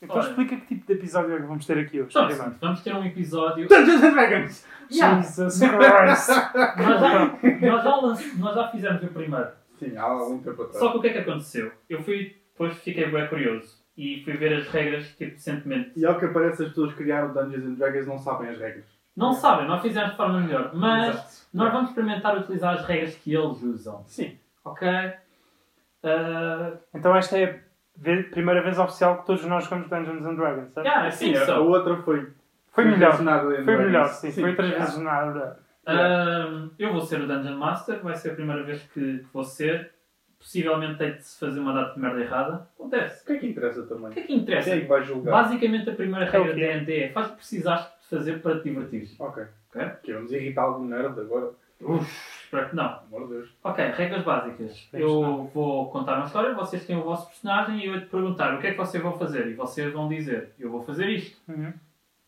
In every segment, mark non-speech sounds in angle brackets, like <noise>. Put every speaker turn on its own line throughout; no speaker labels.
Então
Ora.
explica que tipo de episódio é que vamos ter aqui hoje.
Então,
primeiro.
sim, vamos ter um episódio.
Dungeons and Dragons!
Yeah.
Jesus Christ!
Nós já, nós, já lanç- nós já fizemos o primeiro.
Sim, há algum tempo atrás.
Só que o que é que aconteceu? Eu fui, depois fiquei bem curioso e fui ver as regras tipo, recentemente.
E ao que aparece, as pessoas que criaram Dungeons and Dragons não sabem as regras.
Não sabem, nós fizemos de forma melhor, mas
Exato.
nós vamos experimentar utilizar as regras que eles usam,
Sim.
ok? Ah,
então esta é a ve- primeira vez oficial que todos nós jogamos Dungeons and Dragons, certo?
yeah, I
Sim, é
think
a
so.
outra foi.
Foi melhor.
Foi
Foi melhor, sim. Foi três
yeah.
vezes nada.
Ah, eu vou ser o Dungeon Master, vai ser a primeira vez que vou ser. Possivelmente hei de se fazer uma data de merda errada. Acontece.
O que é que interessa
O
também?
que é que
Quem
interessa?
é que vai julgar?
Basicamente, a primeira
É o
regra de
quê?
D&D é faz o que precisaste de fazer para te divertir.
Ok.
Ok.
Que vamos irritar algum nerd agora?
Uf, espero que não.
Pelo amor de Deus.
Ok, regras básicas.
Regras
Eu vou contar uma história, vocês têm o vosso personagem e eu te perguntar o que é que vocês vão fazer. E vocês vão dizer, eu vou fazer isto.
Uhum.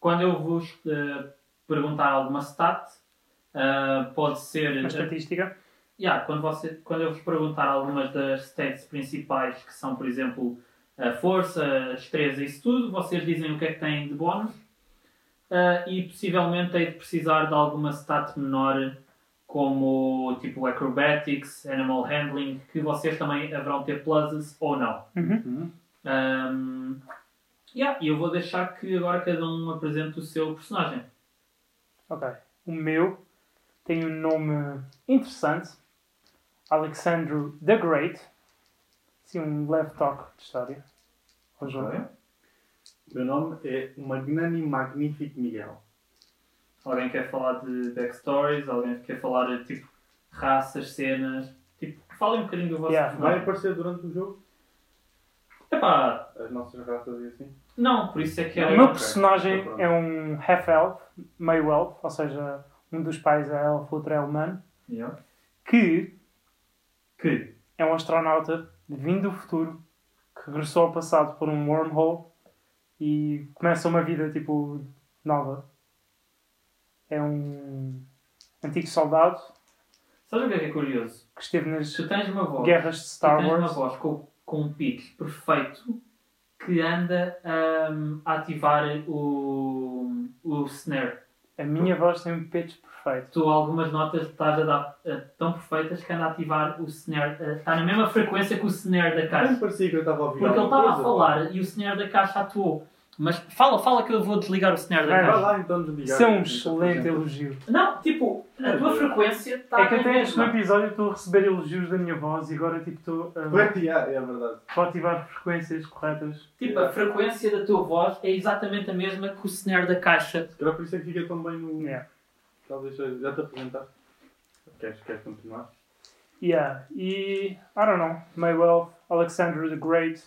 Quando eu vos eh, perguntar alguma stat, ah, pode ser...
Uma estatística.
Yeah, quando, você, quando eu vos perguntar algumas das stats principais, que são, por exemplo, a força, a destreza, isso tudo, vocês dizem o que é que têm de bónus Ah, e possivelmente hei de precisar de alguma stat menor, como tipo acrobatics, animal handling, que vocês também haverão ter pluses ou não.
Uhum.
Ahm, yeah, e eu vou deixar que agora cada um apresente o seu personagem.
Ok. O meu tem um nome interessante. Alexandro the Great. Sim, um leve toque de história. Ao jogo.
Meu nome é o Magnani Magnífico Miguel.
Alguém quer falar de backstories? Alguém quer falar de tipo raças, cenas? Tipo, falem um bocadinho do vosso
Yeah.
Vai
personagem.
aparecer durante o jogo
Epá,
as nossas raças e assim?
não, por isso é que
O
era.
meu
Ok,
personagem
tá pronto.
é um half-elf, meio-elf, ou seja, um dos pais é elfo, outro é humano,
Yeah.
que
Que?
é um astronauta vindo do futuro que regressou ao passado por um wormhole e começa uma vida tipo nova. É um antigo soldado
Sabes o que é que é curioso?
que esteve nas
Tu tens uma voz.
guerras de
tu
Star
tens uma
Wars.
voz com, com um pitch perfeito que anda hum, a ativar o, o snare.
A minha voz tem um pitch perfeito.
Tu algumas notas estás a dar eh, tão perfeitas que anda a ativar o snare. eh, Está na mesma frequência que o snare da caixa.
Nem parecia que eu estava a ouvir.
Tá. Porque ele
alguma
estava a
coisa.
falar e o senhor da caixa atuou. Mas fala, fala que eu vou desligar o senhor da
Vai,
Vai
caixa.
lá então desligar.
Isso é um
tá
excelente elogio.
Não, tipo, a tua frequência está
É que até este
mesma.
episódio estou a receber elogios da minha voz e agora tipo estou a.
Vai, é, é verdade.
Vou ativar frequências corretas.
Tipo, a frequência da tua voz é exatamente a mesma que o senhor da caixa.
Se calhar por isso é que fica tão bem no.
Yeah.
Talvez seja- já te apresentaste. Queres, queres continuar?
Yeah. E I don't know. Maywell, Alexander the Great,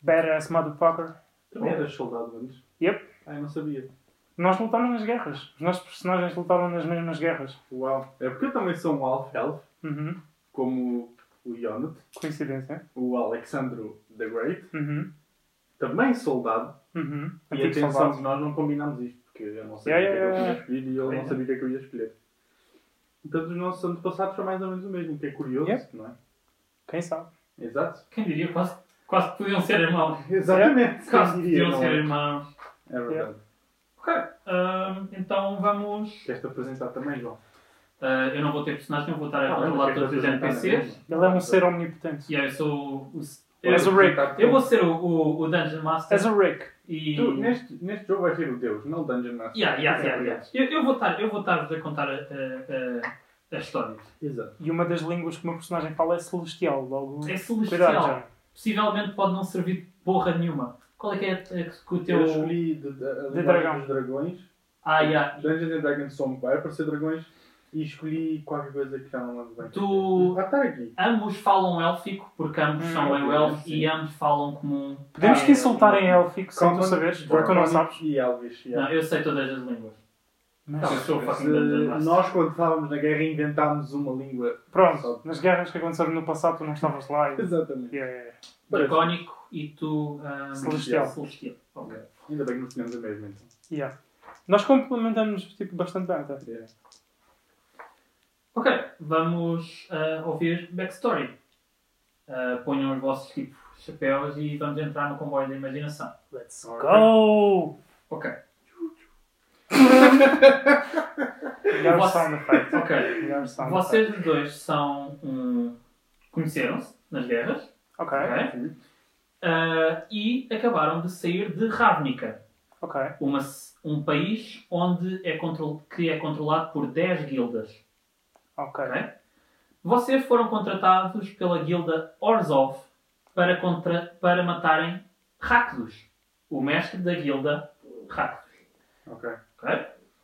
badass motherfucker.
Também eras soldado antes?
Yep.
Ah, eu não sabia.
Nós lutámos nas guerras. Os nossos personagens lutaram nas mesmas guerras.
Uau. É porque eu também sou um half-elf,
Uhum.
como o Yonut,
Coincidência.
o Alexandro the Great,
Uhum.
também soldado.
Uhum.
e
Antigo
atenção,
soldado.
nós não combinámos isto, porque eu não sabia
Yeah,
o que é que eu
yeah,
ia escolher e ele não
Ainda.
sabia o que é que eu ia escolher. Portanto, os nossos antepassados são mais ou menos o mesmo, que é curioso,
Yep.
não é?
Quem sabe?
Exato.
Quem diria? Quase, quase que podiam ser irmãos.
Exatamente.
Quase
Quem
que
diria,
podiam
não
ser
é?
irmãos.
É verdade.
Ok, ahm, então vamos.
Queres-te apresentar também, João?
Ah, eu não vou ter personagem, eu vou estar a
Ah,
controlar
queres
todos os
apresentar
NPCs.
mesmo?
Ele é um ser omnipotente.
E aí eu sou o. Eu,
És o Rick.
eu vou ser o, o, o Dungeon Master.
És um o Rick.
E...
Tu, neste, neste jogo vai ser o Deus, não o Dungeon Master.
Yeah, yeah, yeah,
É,
yeah. Eu, eu vou estar, eu vou estar a contar a, a, a, a história.
Exato.
E uma das línguas que o meu personagem fala é celestial. Ah, Logo.
É
Cuidado,
celestial.
John.
Possivelmente pode não servir de porra nenhuma. Qual é que é a- a que que o
Eu
teu.
escolhi de, de, a linguagem
dragão.
dos dragões.
Ah, yeah.
Dungeons and Dragons Song vai aparecer dragões e escolhi qualquer coisa que já não lembro bem.
Tu.
Ah, tá aqui.
Ambos falam élfico, porque ambos
Hum,
são meio
ok,
elfos
sim.
e ambos falam comum.
Podemos
Ah,
te insultar em élfico sem
Common,
tu saberes, porque tu não
Draconic
sabes.
E Elvis. yeah.
Não, eu sei todas as línguas.
Mas-
Não, eu sou o
Mas,
fucking Dungeon
eh,
Master.
nós, quando estávamos na guerra, inventámos uma língua.
Pronto, nas guerras que aconteceram no passado tu não estavas lá e.
Exatamente.
Yeah, yeah, yeah.
Parece.
Dracónico e tu. ah,
Celestial.
Celestial. Ok.
Ainda bem que não tínhamos a mesma, então.
Yeah. Nós complementamos tipo, bastante bem até.
Yeah.
Ok, vamos ah, ouvir backstory. Ah, ponham os vossos tipos chapéus e vamos entrar no comboio da imaginação.
Let's go!
Ok,
Melhor
Você-
sound
<laughs>
effect.
ok.
Melhor sound effect.
Vocês os dois são. hum, conheceram-se nas guerras
Ok.
Ok. ah, e acabaram de sair de Ravnica.
Ok.
uma- um país onde é control- que é controlado por 10 guildas.
Ok.
ok? Vocês foram contratados pela guilda Orzov para, contra- para matarem Rakdos, o mestre da guilda Rakdos.
Ok.
ok?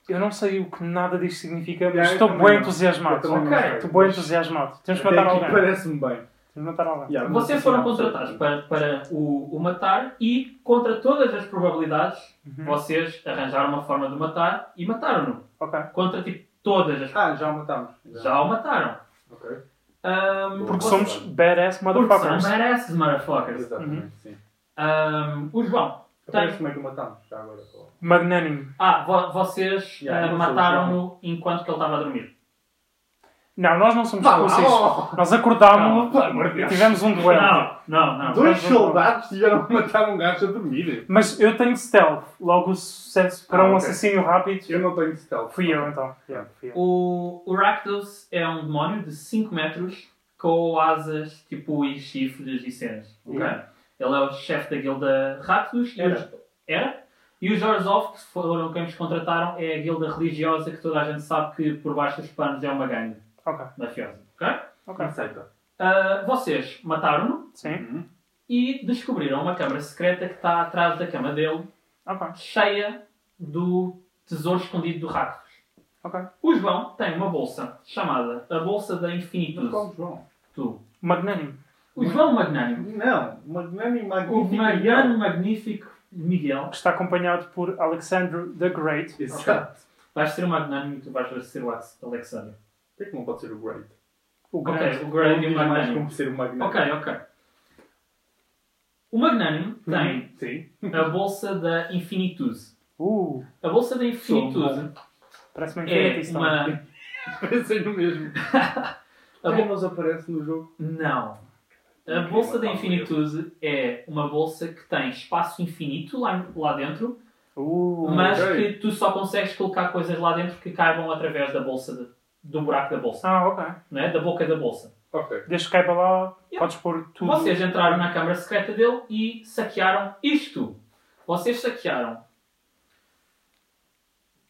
Eu não sei o que nada disto significa, mas
Yeah, eu
estou
também
bem
não. Eu
entusiasmado.
também não
Ok.
sei.
Estou bem entusiasmado. Temos que
Até
matar
aqui
alguém.
Parece-me bem.
Temos que matar alguém.
Yeah, mas
Vocês
assim,
foram
não sei.
contratados para, um para o, o matar e, contra todas as probabilidades,
Uhum.
vocês arranjaram uma forma de o matar e mataram-no.
Ok.
Contra tipo, todas as.
Ah, já o matámos.
Já o mataram.
Ok.
Ahm,
Porque
vocês-
somos badass
Porque são
motherfuckers.
merece, motherfuckers.
Exatamente, sim.
Ahm, o João.
Parece como é que o matámos. Já agora. pô.
Magnânimo.
Ah, vo- vocês ah,
Yeah, eu sou o
mataram-no enquanto que ele estava a dormir.
Não, nós não somos
Vá lá,
precisos.
oh!
Nós acordámos
<laughs>
Pelo amor de
e
Deus.
tivemos um duelo.
Não, não, não.
Dois
Vamos, vamos.
soldados tiveram a matar um gajo a dormir.
Mas eu tenho stealth. Logo, o sucesso para
Ah,
um
ok.
assassino rápido.
Eu não tenho stealth.
Fui eu, então. Yeah, fui eu.
O, o Rakdos é um demónio de 5 metros com asas tipo e chifres e cenas. ok?
Yeah.
Ele é o chefe da guilda Rakdos. e
Era.
os- Era. E os Orzhov, que foram quem nos contrataram, é a guilda religiosa que toda a gente sabe que por baixo dos panos é uma gangue
Ok.
mafiosa. ok?
Ok.
Aceita.
Ah, vocês mataram-no
Sim.
Uhum.
e descobriram uma câmara secreta que está atrás da cama dele,
Ok.
cheia do tesouro escondido do Rakdos.
Ok.
O João tem uma bolsa chamada a Bolsa da
Mas qual
Infinitude.
o João?
Magnânimo.
O João é um Magnânimo.
Não, Magnani
O
Magnífico.
Mariano Magnífico Miguel.
Que está acompanhado por Alexander the Great.
Exato.
Vais ser o Magnânimo e tu vais ser o Alex- Alexander.
Por que não pode ser o Great?
O
Ok,
grande.
o
Não
Grande e
diz
o
mais
Magnânimo.
como ser o Magnani.
Ok, ok. O Magnânimo tem
Uhum. Sim.
a Bolsa da Infinitude.
Uh,
A Bolsa da Infinitude
parece-me
é
infinitista.
uma.
<laughs> Pensei no <laughs> mesmo.
A
Quem nos aparece no jogo?
Não. A bolsa da infinitude é uma bolsa que tem espaço infinito lá, lá dentro,
Uh,
mas que
ok.
tu só consegues colocar coisas lá dentro que caibam através da bolsa, de- do buraco da bolsa,
Ah, ok.
não é? da boca da bolsa.
Ok.
Desde que caiba lá,
Yeah.
podes pôr tudo.
Vocês entraram na câmara secreta dele e saquearam isto. Vocês saquearam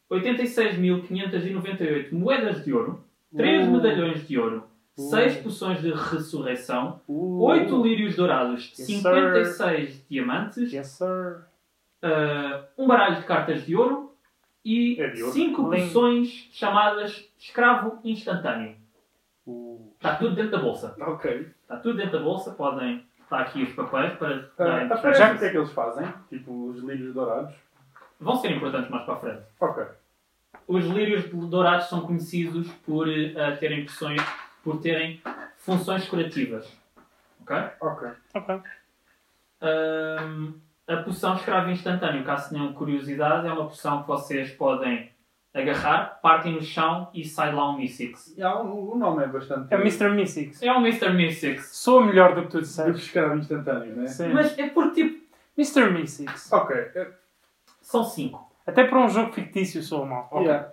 86.598 moedas de ouro, 3
Uh.
medalhões de ouro,
Uh.
6 poções de ressurreição,
Uh,
8 lírios dourados,
Yes,
56 diamantes,
Yes, sir.
ah, um baralho de cartas de ouro e
É de ouro.
5
Lindo.
poções chamadas escravo instantâneo.
Uh,
Está tudo dentro da bolsa.
Ok.
Está tudo dentro da bolsa. Podem. Está aqui os papéis para. darem-
Ah, Aparece o que é que eles fazem? Tipo, os lírios dourados.
Vão ser importantes mais para a frente.
Ok.
Os lírios dourados são conhecidos por ah, terem poções, por terem funções curativas. Ok?
Ok.
ok.
Hum, a poção escravo instantâneo, caso tenham curiosidade, é uma poção que vocês podem agarrar, partem no chão e sai lá um Mystics.
E há um- O nome é bastante.
É Mr. Mystics.
É um Mr. Mystics.
Sou melhor do que tu
Do que
disseste.
escravo instantâneo, né?
Sim.
Mas é por tipo.
Mr. Mystics.
Ok. é-
São cinco.
Até para um jogo fictício sou mal. Ok.
yeah.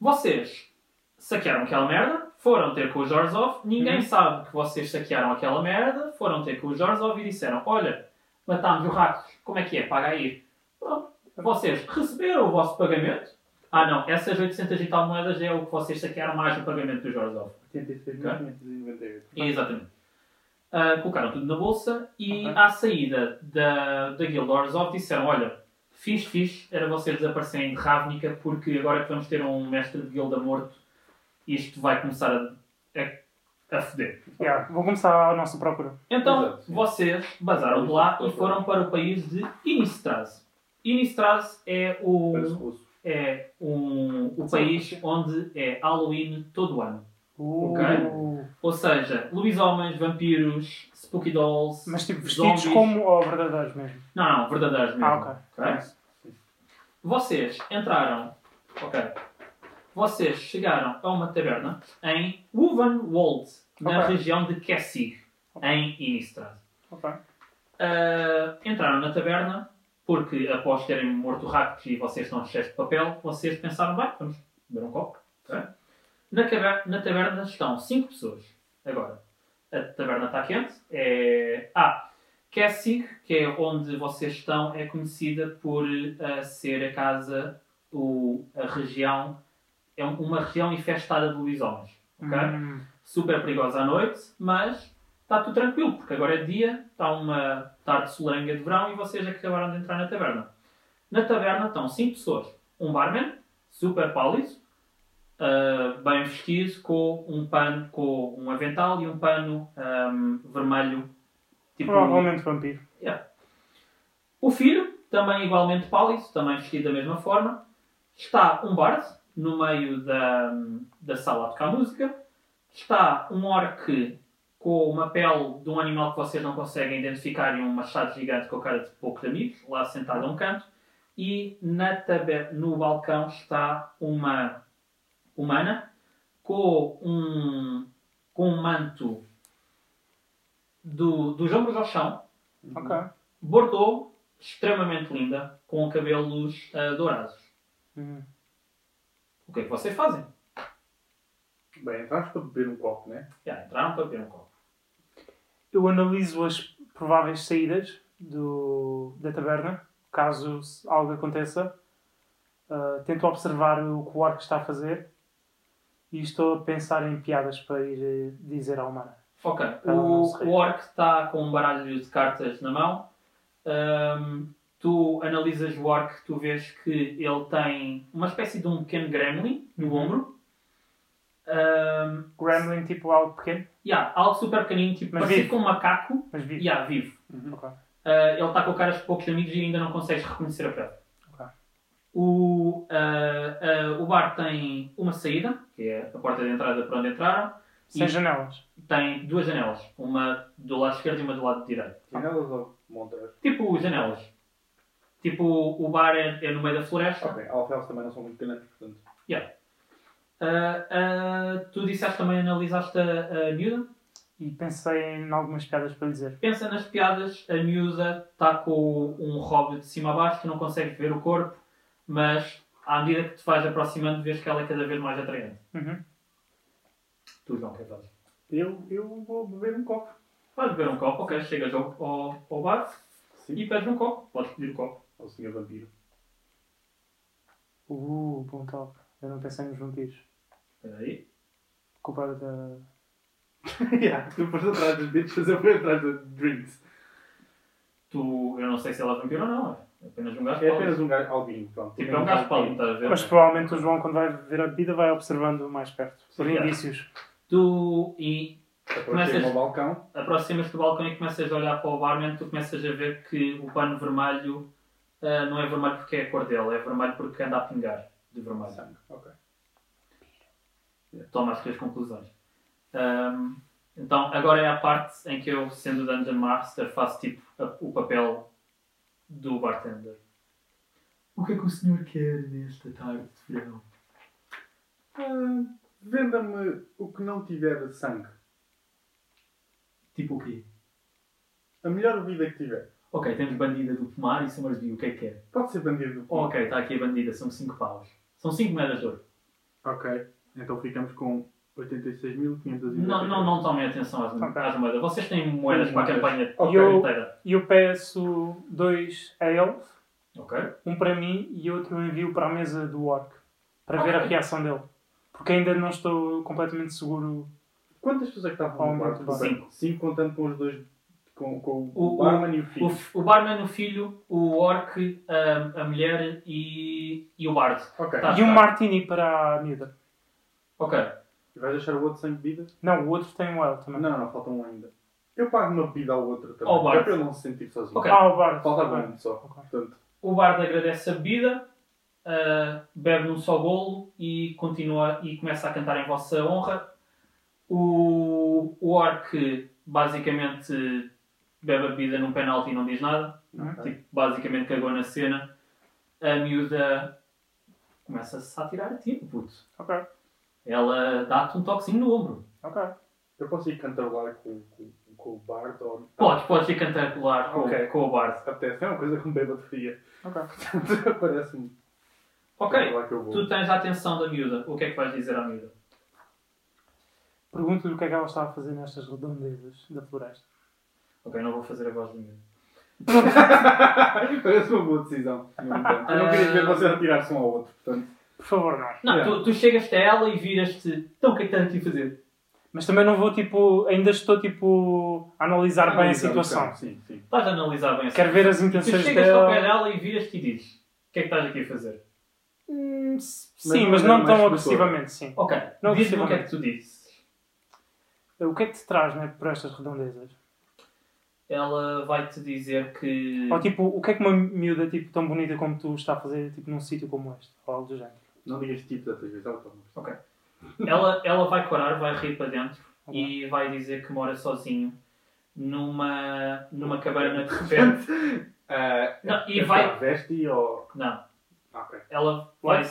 Vocês saquearam aquela merda, foram ter com o Jorzov, ninguém sabe que vocês saquearam aquela merda, foram ter com o Jorzov e disseram: Olha, matámos o Rakdos, como é que é? Paga aí. Pronto. Vocês receberam o vosso pagamento. Ah não, essas 800 e tal moedas é o que vocês saquearam mais no pagamento do Jorzov.
86.598.
Exatamente. Ah, colocaram tudo na bolsa e
Ok.
à saída da, da Guild Orzhov disseram: Olha, fixe, fixe, era vocês desaparecerem de Ravnica porque agora que vamos ter um mestre de guilda morto, isto vai começar a, a, a foder.
Yeah, Vou começar a nossa procura.
Então
Exato, sim.
vocês basaram de lá e foram para o país de Inistraz. Inistraz é
Parece
o,
russo.
é um, o país onde é Halloween todo o ano.
Uh,
Ok. Ou seja, lobisomens, vampiros, spooky dolls.
Mas tipo, vestidos
zombies.
como ou verdadeiros mesmo?
Não, não, verdadeiros mesmo.
Ah, ok.
Ok? Vocês entraram. Ok. Vocês chegaram a uma taberna em Uvenwald, na
Ok.
região de Kessig, em Innistrad.
Ok.
ah, entraram na taberna porque, após terem morto o Rakti e vocês estão cheios de papel, vocês pensaram, bem, vamos beber um copo. ok? Na, caver- na taberna estão 5 pessoas. Agora, a taberna está quente. É... Ah, Kessig, que é onde vocês estão, é conhecida por ah, ser a casa, o, a região, é um- uma região infestada de lobisomens. ok?
Hum,
super perigosa à noite, mas está tudo tranquilo, porque agora é dia, está uma tarde solanga de verão e vocês é acabaram de entrar na taberna. Na taberna estão cinco pessoas. Um barman, super pálido, ah, bem vestido, com um pano, com um avental e um pano ahm, vermelho. Tipo,
Provavelmente vampiro.
o filho, também igualmente pálido, também vestido da mesma forma, está um bardo no meio da, da sala a tocar música. Está um orc com uma pele de um animal que vocês não conseguem identificar e um machado gigante com a cara de poucos amigos, lá sentado a um canto. E na tabe- no balcão está uma humana com um, com um manto do, dos ombros ao chão,
Ok.
Uhum.
Bordeaux, extremamente linda, com cabelos ah, dourados.
Hum.
O que é que vocês fazem?
Bem, entramos para beber um copo, né?
Já entraram para beber um copo.
Eu analiso as prováveis saídas do, da taberna, caso algo aconteça. Ah, tento observar o que o orc está a fazer e estou a pensar em piadas para ir eh, dizer à humana.
Ok,
Para Ah, não
o,
se rir.
o Orc está com um baralho de cartas na mão. Ahm, tu analisas o Orc, tu vês que ele tem uma espécie de um pequeno gremlin no
Uhum.
ombro. Ahm,
Gremlin, tipo algo pequeno,
yeah, algo super pequenino, tipo,
Mas
parecido
vivo.
com um macaco.
mas vivo.
Yeah, vivo.
Ok.
Uh, ele está com caras de poucos amigos e ainda não consegues reconhecer a pele.
Ok.
O, uh, uh, o bar tem uma saída, que é a porta de entrada para onde entraram.
Sem
E-
janelas.
Tem duas janelas, uma do lado esquerdo e uma do lado direito.
Janelas ou montas?
Tipo janelas. Tipo, o bar é, é no meio da floresta.
Ok, alfaias também não são muito grandes, portanto.
Uh, uh, tu disseste também, analisaste a, a miúda?
E pensei em algumas piadas para dizer.
Pensa nas piadas, a miúda está com um hobby de cima a baixo, tu não consegues ver o corpo, mas à medida que te vais aproximando, vês que ela é cada vez mais atraente.
Uhum.
Tu, João, o que é que fazes?
Eu, eu vou beber um copo.
Vais beber um copo, ok, chegas ao, ao, ao bar
Sim.
e pedes um copo. Podes pedir o copo.
O senhor vampiro.
Uh, bom top. Eu não pensei nos vampiros.
Espera aí.
Culpa da.
<laughs> yeah, tu foste atrás dos bitches, eu fui atrás dos drinks.
Tu, eu não sei se ela é vampiro ou não, é apenas um gajo
É apenas
pálido.
um gajo albino, pronto.
Tipo, é um gajo pálido, estás a ver?
Mas provavelmente o João, quando vai ver a bebida, vai observando mais perto. Por
Sim, é.
indícios.
Tu e
Aproximei-me ao balcão.
aproximas-te do balcão e começas a olhar para o barman, tu começas a ver que o pano vermelho ah, não é vermelho porque é a cor dele, é vermelho porque anda a pingar de vermelho.
Ah, Sangue, ok.
Toma as tuas conclusões. Ahm, então, agora é a parte em que eu, sendo o Dungeon Master, faço tipo a- o papel do bartender. O que é que o senhor quer nesta tarde de verão?
Ah, Venda-me o que não tiver de sangue.
Tipo o quê?
A melhor vida que tiver.
Ok, temos bandida do pomar e Summersby. O que é que quer?
Pode ser bandido.
ok, está aqui a bandida. São 5 paus. São 5 moedas de ouro.
Ok, então ficamos com 86.500
Não, não, não tomem atenção às,
Ok.
às moedas. Vocês têm moedas
Tem
para a
moedas.
campanha
Ok.
inteira.
E eu peço dois a ele,
Ok.
um para mim e outro eu envio para a mesa do orc, para ver a
Ok.
reação dele. Porque ainda não estou completamente seguro.
Quantas pessoas é que estavam no
Aumenta
quarto?
o barco.
Cinco. Cinco contando com os dois, com, com
O-
o,
o-
barman e o filho.
O, f- o barman, o filho, o orc, a, a mulher e, e o bardo.
Ok.
Tá.
e um martini para a miúda.
Ok.
Vais deixar o outro sem bebida?
Não, o outro tem um L
Não,
também.
não, não, falta um ainda. Eu pago uma bebida ao outro também.
Ao barco.
é para ele não se sentir sozinho.
Ok.
Ah, o barco.
Falta
Tá
um
bem.
só.
Ok.
Portanto,
O bardo agradece a bebida, ah, bebe num só golo e continua e começa a cantar em vossa honra. O, o orc basicamente bebe a bebida num penalti e não diz nada.
Não,
ok.
Tipo, basicamente cagou na cena. A miúda começa-se a tirar a ti, puto.
Ok,
Ela dá-te um toquezinho no ombro.
ok.
eu posso ir cantarolar com, com, com com o tá Bard ou.
Podes, podes ir cantar com o Lard, com-
Ok.
com o Bard.
Apetece, é uma coisa que um bêbado <laughs> faria.
Ok.
Parece-me.
Ok,
É lá que eu vou. <laughs>
tu tens a atenção da miúda. O que é que vais dizer à miúda?
Pergunto-lhe o que é que ela está a fazer nestas redondezas da floresta.
Ok, não vou fazer a voz da miúda.
Parece uma boa decisão. no entanto. Eu não queria ver
Ah.
vocês atirar-se um ao outro, portanto.
Por favor, não.
Não,
Yeah.
tu, tu chegas-te a ela e viras-te. Então o que é que estás aqui a fazer?
Mas também não vou, tipo, ainda estou, tipo, a analisar bem a
Analisar um
situação.
bocado, Sim, sim.
Estás a analisar bem a
Quero ver as
Tu
intenções
chegas ao pé né?
dela.
dela e viras-te e dizes: O que é que estás aqui a fazer?
Hum, s- sim,
não
mas
é
não
mais
tão
sedutora.
agressivamente, sim.
Ok,
Não,
diz-me o que é
possivelmente.
que tu dizes.
O que é que te traz, né, por estas redondezas?
Ela vai-te dizer que.
Ou, tipo, o que é que uma miúda, tipo, tão bonita como tu está a fazer, tipo, num sítio como este? Ou algo do género.
Não digas tipo desta vez, ela está mal.
Ok. Ela, ela vai corar, vai rir para dentro e vai dizer que mora sozinho numa, numa caverna de repente.
Ah,
Não, e
esta
vai.
Veste ou.
Não,
Ah, ok.
ela vai.
Ele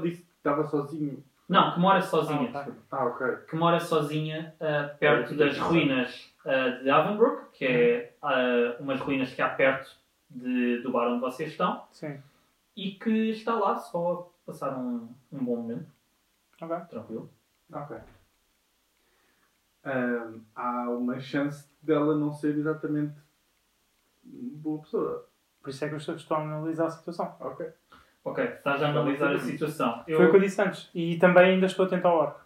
disse que estava sozinho.
Não, que mora sozinha.
Ah, ok.
Ah, ok.
Que mora sozinha ah, perto das ruínas ah, de Avonbrook, que é ah, umas ruínas que há perto de, do bar onde vocês estão,
Sim.
e que está lá só a passar um, um bom momento,
Ok.
tranquilo.
Ok. Ah, há uma chance dela não ser exatamente uma boa pessoa. Ah,
Por isso é que eu estou- estou a analisar a situação.
Ok.
Ok, estás a analisar a situação. Eu-
Foi o que eu disse antes. E também ainda estou atento ao orco.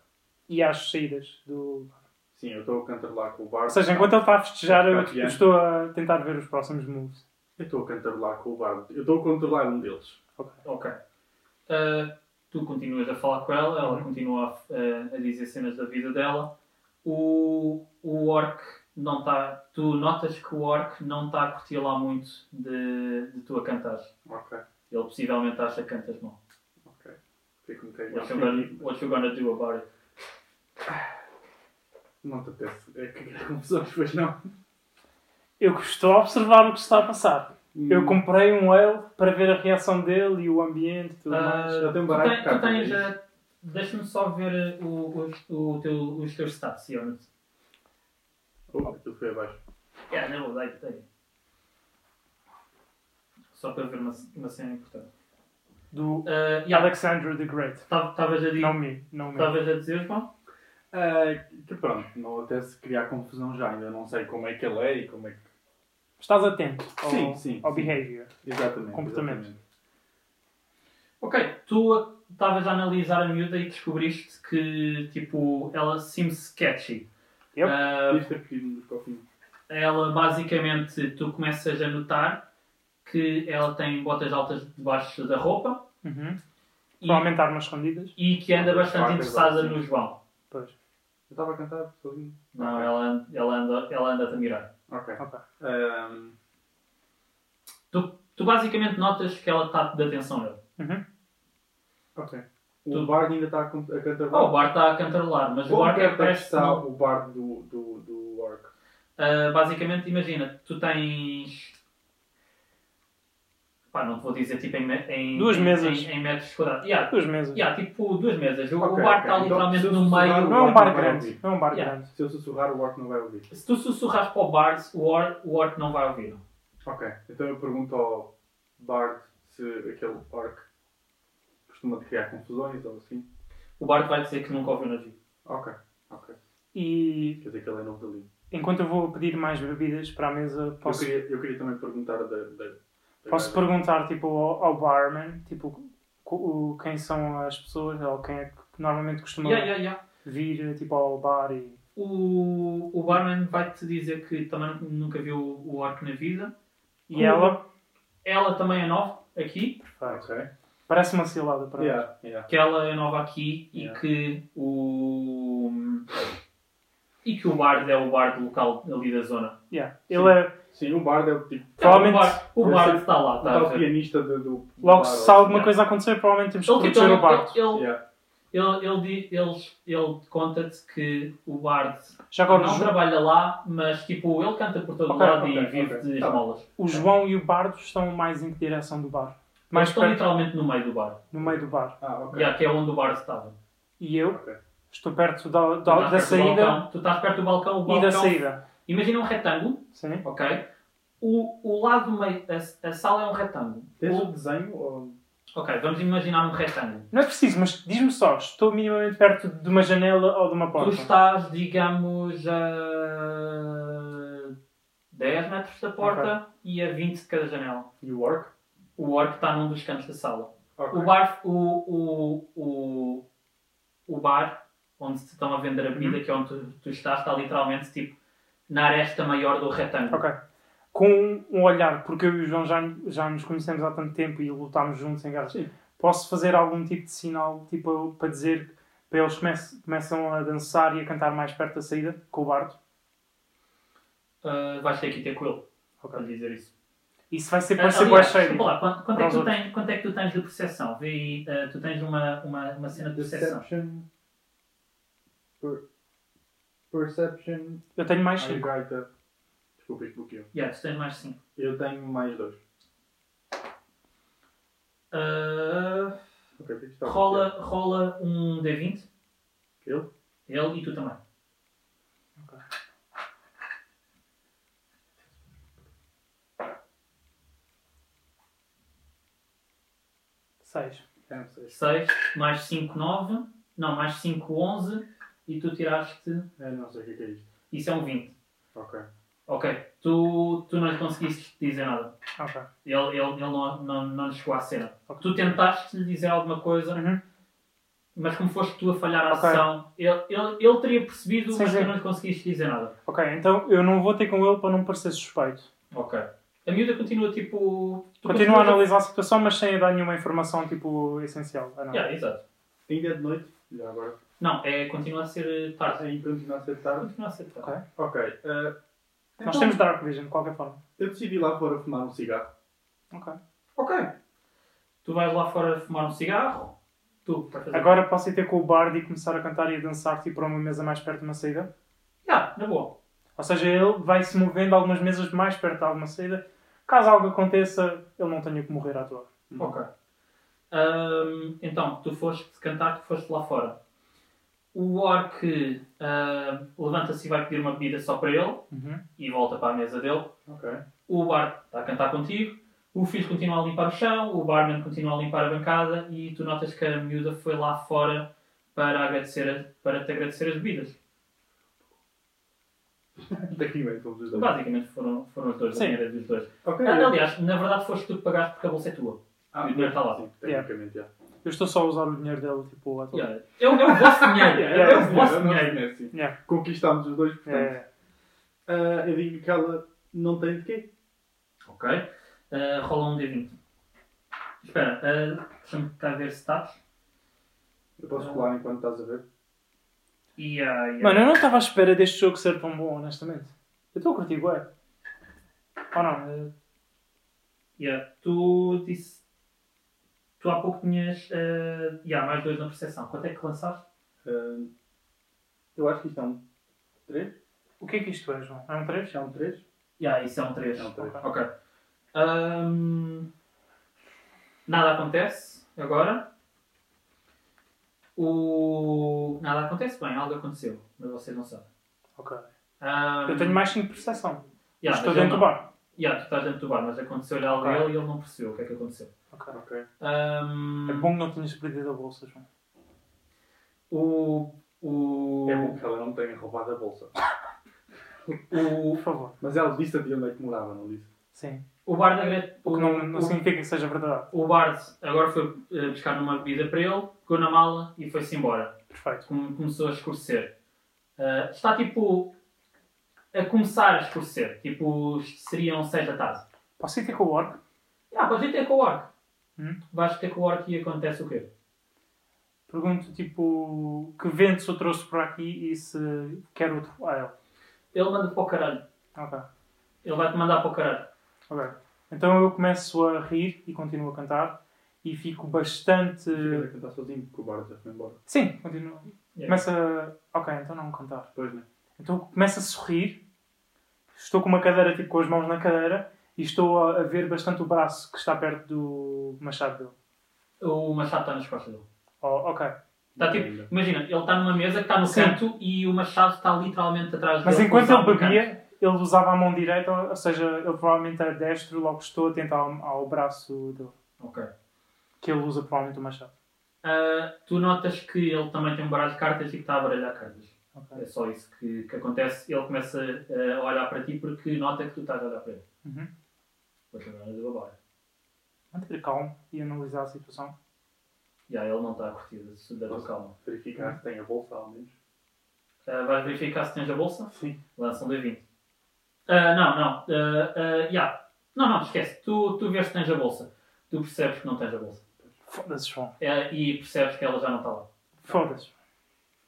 E às saídas do...
Sim, eu estou a cantarolar com o Bard.
Ou seja, enquanto ele está a festejar, eu
Está
eu estou a tentar ver os próximos moves.
Eu estou a cantarolar com o Bard. Eu estou a controlar um deles.
Ok. Ah, tu continuas a falar com ela, ela continua a, f- a- a dizer cenas da vida dela. O, o orc não está. Tu notas que o orc não está a curtir lá muito de, de tu a cantar.
Ok.
Ele possivelmente acha que cantas mal.
Ok. um Fico-me
É
queimado.
What you gonna, what you gonna do about it?
Não te apetece. É que <laughs> com pessoas, pois não.
Eu estou a observar o que está a passar. Eu
Hum,
comprei um ale para ver a reação dele e o ambiente e tudo
Ah,
mais.
já tem um
tu
baralho
ten-
de
tu
cartas,
tens.
é isso?
ah, Deixa-me só ver uh, o, o, o teu, os teus stats, Ion.
Oh, aquilo foi abaixo.
Yeah, não, dai, dai. Só para ver uma, uma cena importante.
Do
Ah, e Alex,
Alexander the Great.
estavas a, di-
Não me, não me.
estavas a dizer, João?
Ah, que pronto, não até se criar confusão já. Ainda não sei como é que ele é e como é que.
Estás atento ao,
Sim, sim,
ao
sim.
behavior.
Exatamente.
Comportamento.
exatamente.
Ok, tu a- estavas a analisar a miúda e descobriste que, tipo, ela seems sketchy.
Yep.
Ah,
Isto é pedido nos cofinhos.
ela, basicamente, tu começas a notar que ela tem botas altas debaixo da roupa
Uhum.
e,
Provavelmente armas escondidas.
e que anda bastante
Facas,
interessada
assim.
no João.
Pois.
Eu estava a cantar sozinho.
Não,
Ok.
ela, ela anda- ela anda-te a mirar.
Ok. Ehm,
Ok.
Ahm,
Tu, tu basicamente notas que ela está de atenção nele.
Uhum.
ok.
Tu-
O Bard ainda está a can- a
Ah, o
cantarolar.
Bart está a cantarolar, mas o
Como
Bart
é
é
que
que parece que
está
não-
o Bard do, do, do Orc?
Uh, basicamente, imagina, tu tens. Pá, não te vou dizer tipo em, me- em,
Duas
em-
mesas.
em- em metros quadrados. Yeah,
Duas mesas.
yeah, tipo duas mesas. O, o bar
Ok, ok.
está
Então,
literalmente
se eu
no
sussurrar,
meio.
Não é um
Não vai
bar grande.
ouvir.
Não é um bar
Yeah.
grande.
Se eu sussurrar, o Orc não vai ouvir.
Se tu sussurras para o bar, o orc o orc não vai ouvir.
Ok. Então eu pergunto ao Bard se aquele Orc costuma criar confusões ou assim.
O bar vai dizer que nunca ouviu na vida.
Ok. Ok.
E
Quer dizer que ele é novo dali.
enquanto eu vou pedir mais bebidas para a mesa, posso,
Eu, queria, eu queria também perguntar da... da, da
posso
gaja.
perguntar tipo, ao, ao barman tipo, co- o- quem são as pessoas ou quem é que normalmente costuma
Yeah, yeah, yeah.
vir tipo, ao bar e.
O, o barman vai-te dizer que também nunca viu o orc na vida.
E
Como?
ela.
Ela também é nova aqui,
Ok.
Parece uma cilada para mim.
Yeah, yeah.
que ela é nova aqui e
Yeah.
que o. E que o Bard é o Bard local ali da zona.
Yeah.
Sim.
Ele é.
Sim, o Bard é o tipo...
Tá,
Provavelmente-
O Bard- O
Deve
Bard
ser-
está lá,
O
está a
tal
ver.
pianista do... do do
Logo,
Bard,
se alguma
Yeah.
coisa acontecer, provavelmente temos que
Ele, tipo,
proteger o Bard.
ele, ele,
Yeah.
ele, ele, di- ele- ele conta-te que o Bard
Já agora, o
não
Ju-
trabalha lá, mas tipo, ele canta por todo
Ok,
lado e
ok,
vive
ok.
de
Tá bom.
esmolas.
o João e o Bardo estão mais em que direção do bar?
Mas
Mais
estão
perto,
literalmente no meio do bar.
no meio do bar.
Ah,
já
ok.
que é onde o Bard estava.
E eu
Ok.
estou perto da,
Tu
da,
estás
da
perto do
Tá,
saída
balcão, tu estás perto do balcão, o
e da
balcão,
saída.
Imagina um retângulo,
Sim.
ok? O, o lado do meio, a, a sala é um retângulo.
Tens
O-
o desenho ou.
ok, vamos imaginar um retângulo.
Não é preciso, mas diz-me só, estou minimamente perto de uma janela ou de uma
Tu
porta.
estás, digamos, a 10 metros da porta e a 20 de cada janela.
E o arc?
O orc está num dos cantos da sala.
Ok.
O bar, é o, o, o, o bar onde te estão a vender a
Uhum.
bebida, que é onde tu, tu estás, está literalmente tipo na aresta maior do retângulo.
Ok. Com um olhar, porque eu e o João já, já nos conhecemos há tanto tempo e lutámos juntos em garras,
Sim.
posso fazer algum tipo de sinal tipo, eu- para dizer para eles comece, começam a dançar e a cantar mais perto da saída com o bardo?
Ah, vais ter que ir ter com ele para
Ok.
lhe dizer isso.
Isso vai ser
Ah,
para ser bué
aliás, desculpa
cheio.
lá, quanto, quanto,
Para
é
os
que tu
outros.
tens, quanto é que tu tens de percepção? Vê aí, ah, tu tens uma, uma, uma cena de percepção.
Deception. Per- perception.
Eu tenho mais
Ai,
5.
gaita. Desculpa, isto bloqueou.
Yeah, tu tens mais 5.
Eu tenho mais dois.
Ah,
Ok, isto
Então,
está
rola, rola um D20,
bloqueado.
ele e tu também.
seis
Eu? É, não sei.
6, mais 5, 9. Não, mais 5, 11. E tu tiraste.
É, não sei o que é, que é isto.
Isso é um 20.
Ok.
Ok, tu, tu não lhe conseguiste dizer nada.
Ok.
Ele, ele, ele não, não, não lhe chegou à cena. Tu tentaste lhe dizer alguma coisa,
Uhum.
mas como foste tu a falhar a
Ok.
ação, ele, ele, ele teria percebido,
Sim,
mas
sim.
tu não lhe conseguiste dizer nada.
Ok, então eu não vou ter com ele para não parecer suspeito.
Ok. A miúda continua tipo. tu
Continuo a
continuas
analisar a situação, mas sem dar nenhuma informação tipo essencial. Ah, não.
Yeah, exato.
Ainda é de noite? Já agora.
Não, é, continua a ser tarde.
Aí continua a ser tarde.
Continua a ser tarde.
Ok. eh,
Nós
então,
temos Dark Vision, de qualquer forma.
Eu decidi lá fora fumar um cigarro.
Ok.
Ok. Tu vais lá fora fumar um cigarro. Tu, para fazer.
Agora posso ir ter com o Bard e começar a cantar e a dançar tipo, para uma mesa mais perto de uma saída?
Yeah, na boa.
Ou seja, ele vai se movendo algumas mesas mais perto de alguma saída. Caso algo aconteça, ele não tenha que morrer à toa.
Ok. Ahm, então, tu foste cantar, tu foste lá fora. O orc ahm, levanta-se e vai pedir uma bebida só para ele e volta para a mesa dele.
Ok.
O bar está a cantar contigo. O filho continua a limpar o chão, o barman continua a limpar a bancada e tu notas que a miúda foi lá fora para, agradecer a- para te agradecer as bebidas.
Daqui bem, todos os dois.
Basicamente foram, foram os dois,
Sim.
a dinheiro dos dois.
Ok.
Ah,
eu-
aliás, na verdade foste tu que pagaste porque a bolsa é tua.
Ah,
o dinheiro está lá.
Sim, tecnicamente, já.
Eu estou só a usar o dinheiro dele tipo, à toa.
Yeah. É o é o vosso dinheiro.
Yeah,
<laughs> É o vosso
é o nosso
dinheiro.
dinheiro, sim.
Yeah.
Conquistámos os dois, portanto.
É,
Ah, eu digo que ela não tem de quê?
Ok. Ah, rola um D20. Espera, ah, deixa-me cá ver se estás.
Eu posso colar enquanto estás a ver.
E, ah, e, ah,
Mano, eu não estava à espera deste jogo ser tão bom, honestamente. Eu estou a curtir, ué. Ou não? eh,
Ah, yeah, Tu disse. Tu há pouco tinhas. ah, yeah, mais dois na percepção. Quanto é que lançaste?
Ah, eu acho que isto é um 3.
O que é que isto é, João? É um 3?
É um 3?
Yeah, isso é um 3.
É um 3.
Ok. Ahm, nada acontece agora. O... Nada acontece bem, algo aconteceu, mas vocês não sabem.
Ok.
Ahm,
Eu tenho mais 5 de percepção.
yeah,
estou
mas ele
dentro do
não.
bar.
Yeah, tu estás dentro do bar, mas aconteceu-lhe algo a
Ok.
ele e ele não percebeu o que é que aconteceu.
Ah, Ok.
Ok.
Ahm,
É bom que não tenhas perdido a bolsa, João.
O, o,
É bom que ela não tenha roubado a bolsa.
Por favor.
Mas ela disse a ti onde é que morava, não disse?
Sim.
o bar da Gre-
O que não, não assim.
o-
significa que seja verdade.
o Bard agora foi eh, buscar uma bebida para ele, pegou na mala e foi-se embora.
Perfeito.
Come- começou a escurecer. Ah, está tipo a começar a escurecer. Tipo, seriam 6 da tarde.
Posso ir ter com o Orc?
Ah, podes ir ter com o Orc.
Hum?
Vais ter com o Orc e acontece o quê?
Pergunto, tipo, que ventos eu trouxe por aqui e se quer outro a ele.
Ele manda para o caralho.
Ok,
Ele vai-te mandar para o caralho.
ok. Então eu começo a rir e continuo a cantar e fico bastante...
Ficas a cantar sozinho porque o Bard já foi embora.
Sim, continuo.
Yeah.
Começo a... Ok, então não cantar.
Depois, né?
Então começo a sorrir. Estou com uma cadeira, tipo, com as mãos na cadeira e estou a, a ver bastante o braço que está perto do machado dele.
O machado está nas costas dele.
Oh, ok.
Está tipo,
é Ainda.
imagina, ele está numa mesa que está no
Sim.
canto e o machado está literalmente atrás
Mas
dele.
enquanto
cruzado
ele
no canto.
bebia, ele usava a mão direita, ou seja, ele provavelmente era destro, logo estou atento ao, ao braço dele.
Ok.
Que ele usa provavelmente o machado.
Ah, tu notas que ele também tem um baralho de cartas e que está a baralhar cartas.
Ok.
É só isso que, que acontece. Ele começa ah, a olhar para ti porque nota que tu estás a olhar para ele.
Uhum.
Mas também não deu a bola.
Manter calmo e analisar a situação.
E aí ele não está a curtir da tua calma.
Verificar se tem a bolsa, ao menos.
Ah, vais verificar se tens a bolsa?
Sim.
Lança um D20. Ah, não, não. Ah, ah, yeah. Não, não, esquece. Tu, tu vês se tens a bolsa. Tu percebes que não tens a bolsa.
Foda-se, João.
É, e percebes que ela já não está lá.
Foda-se.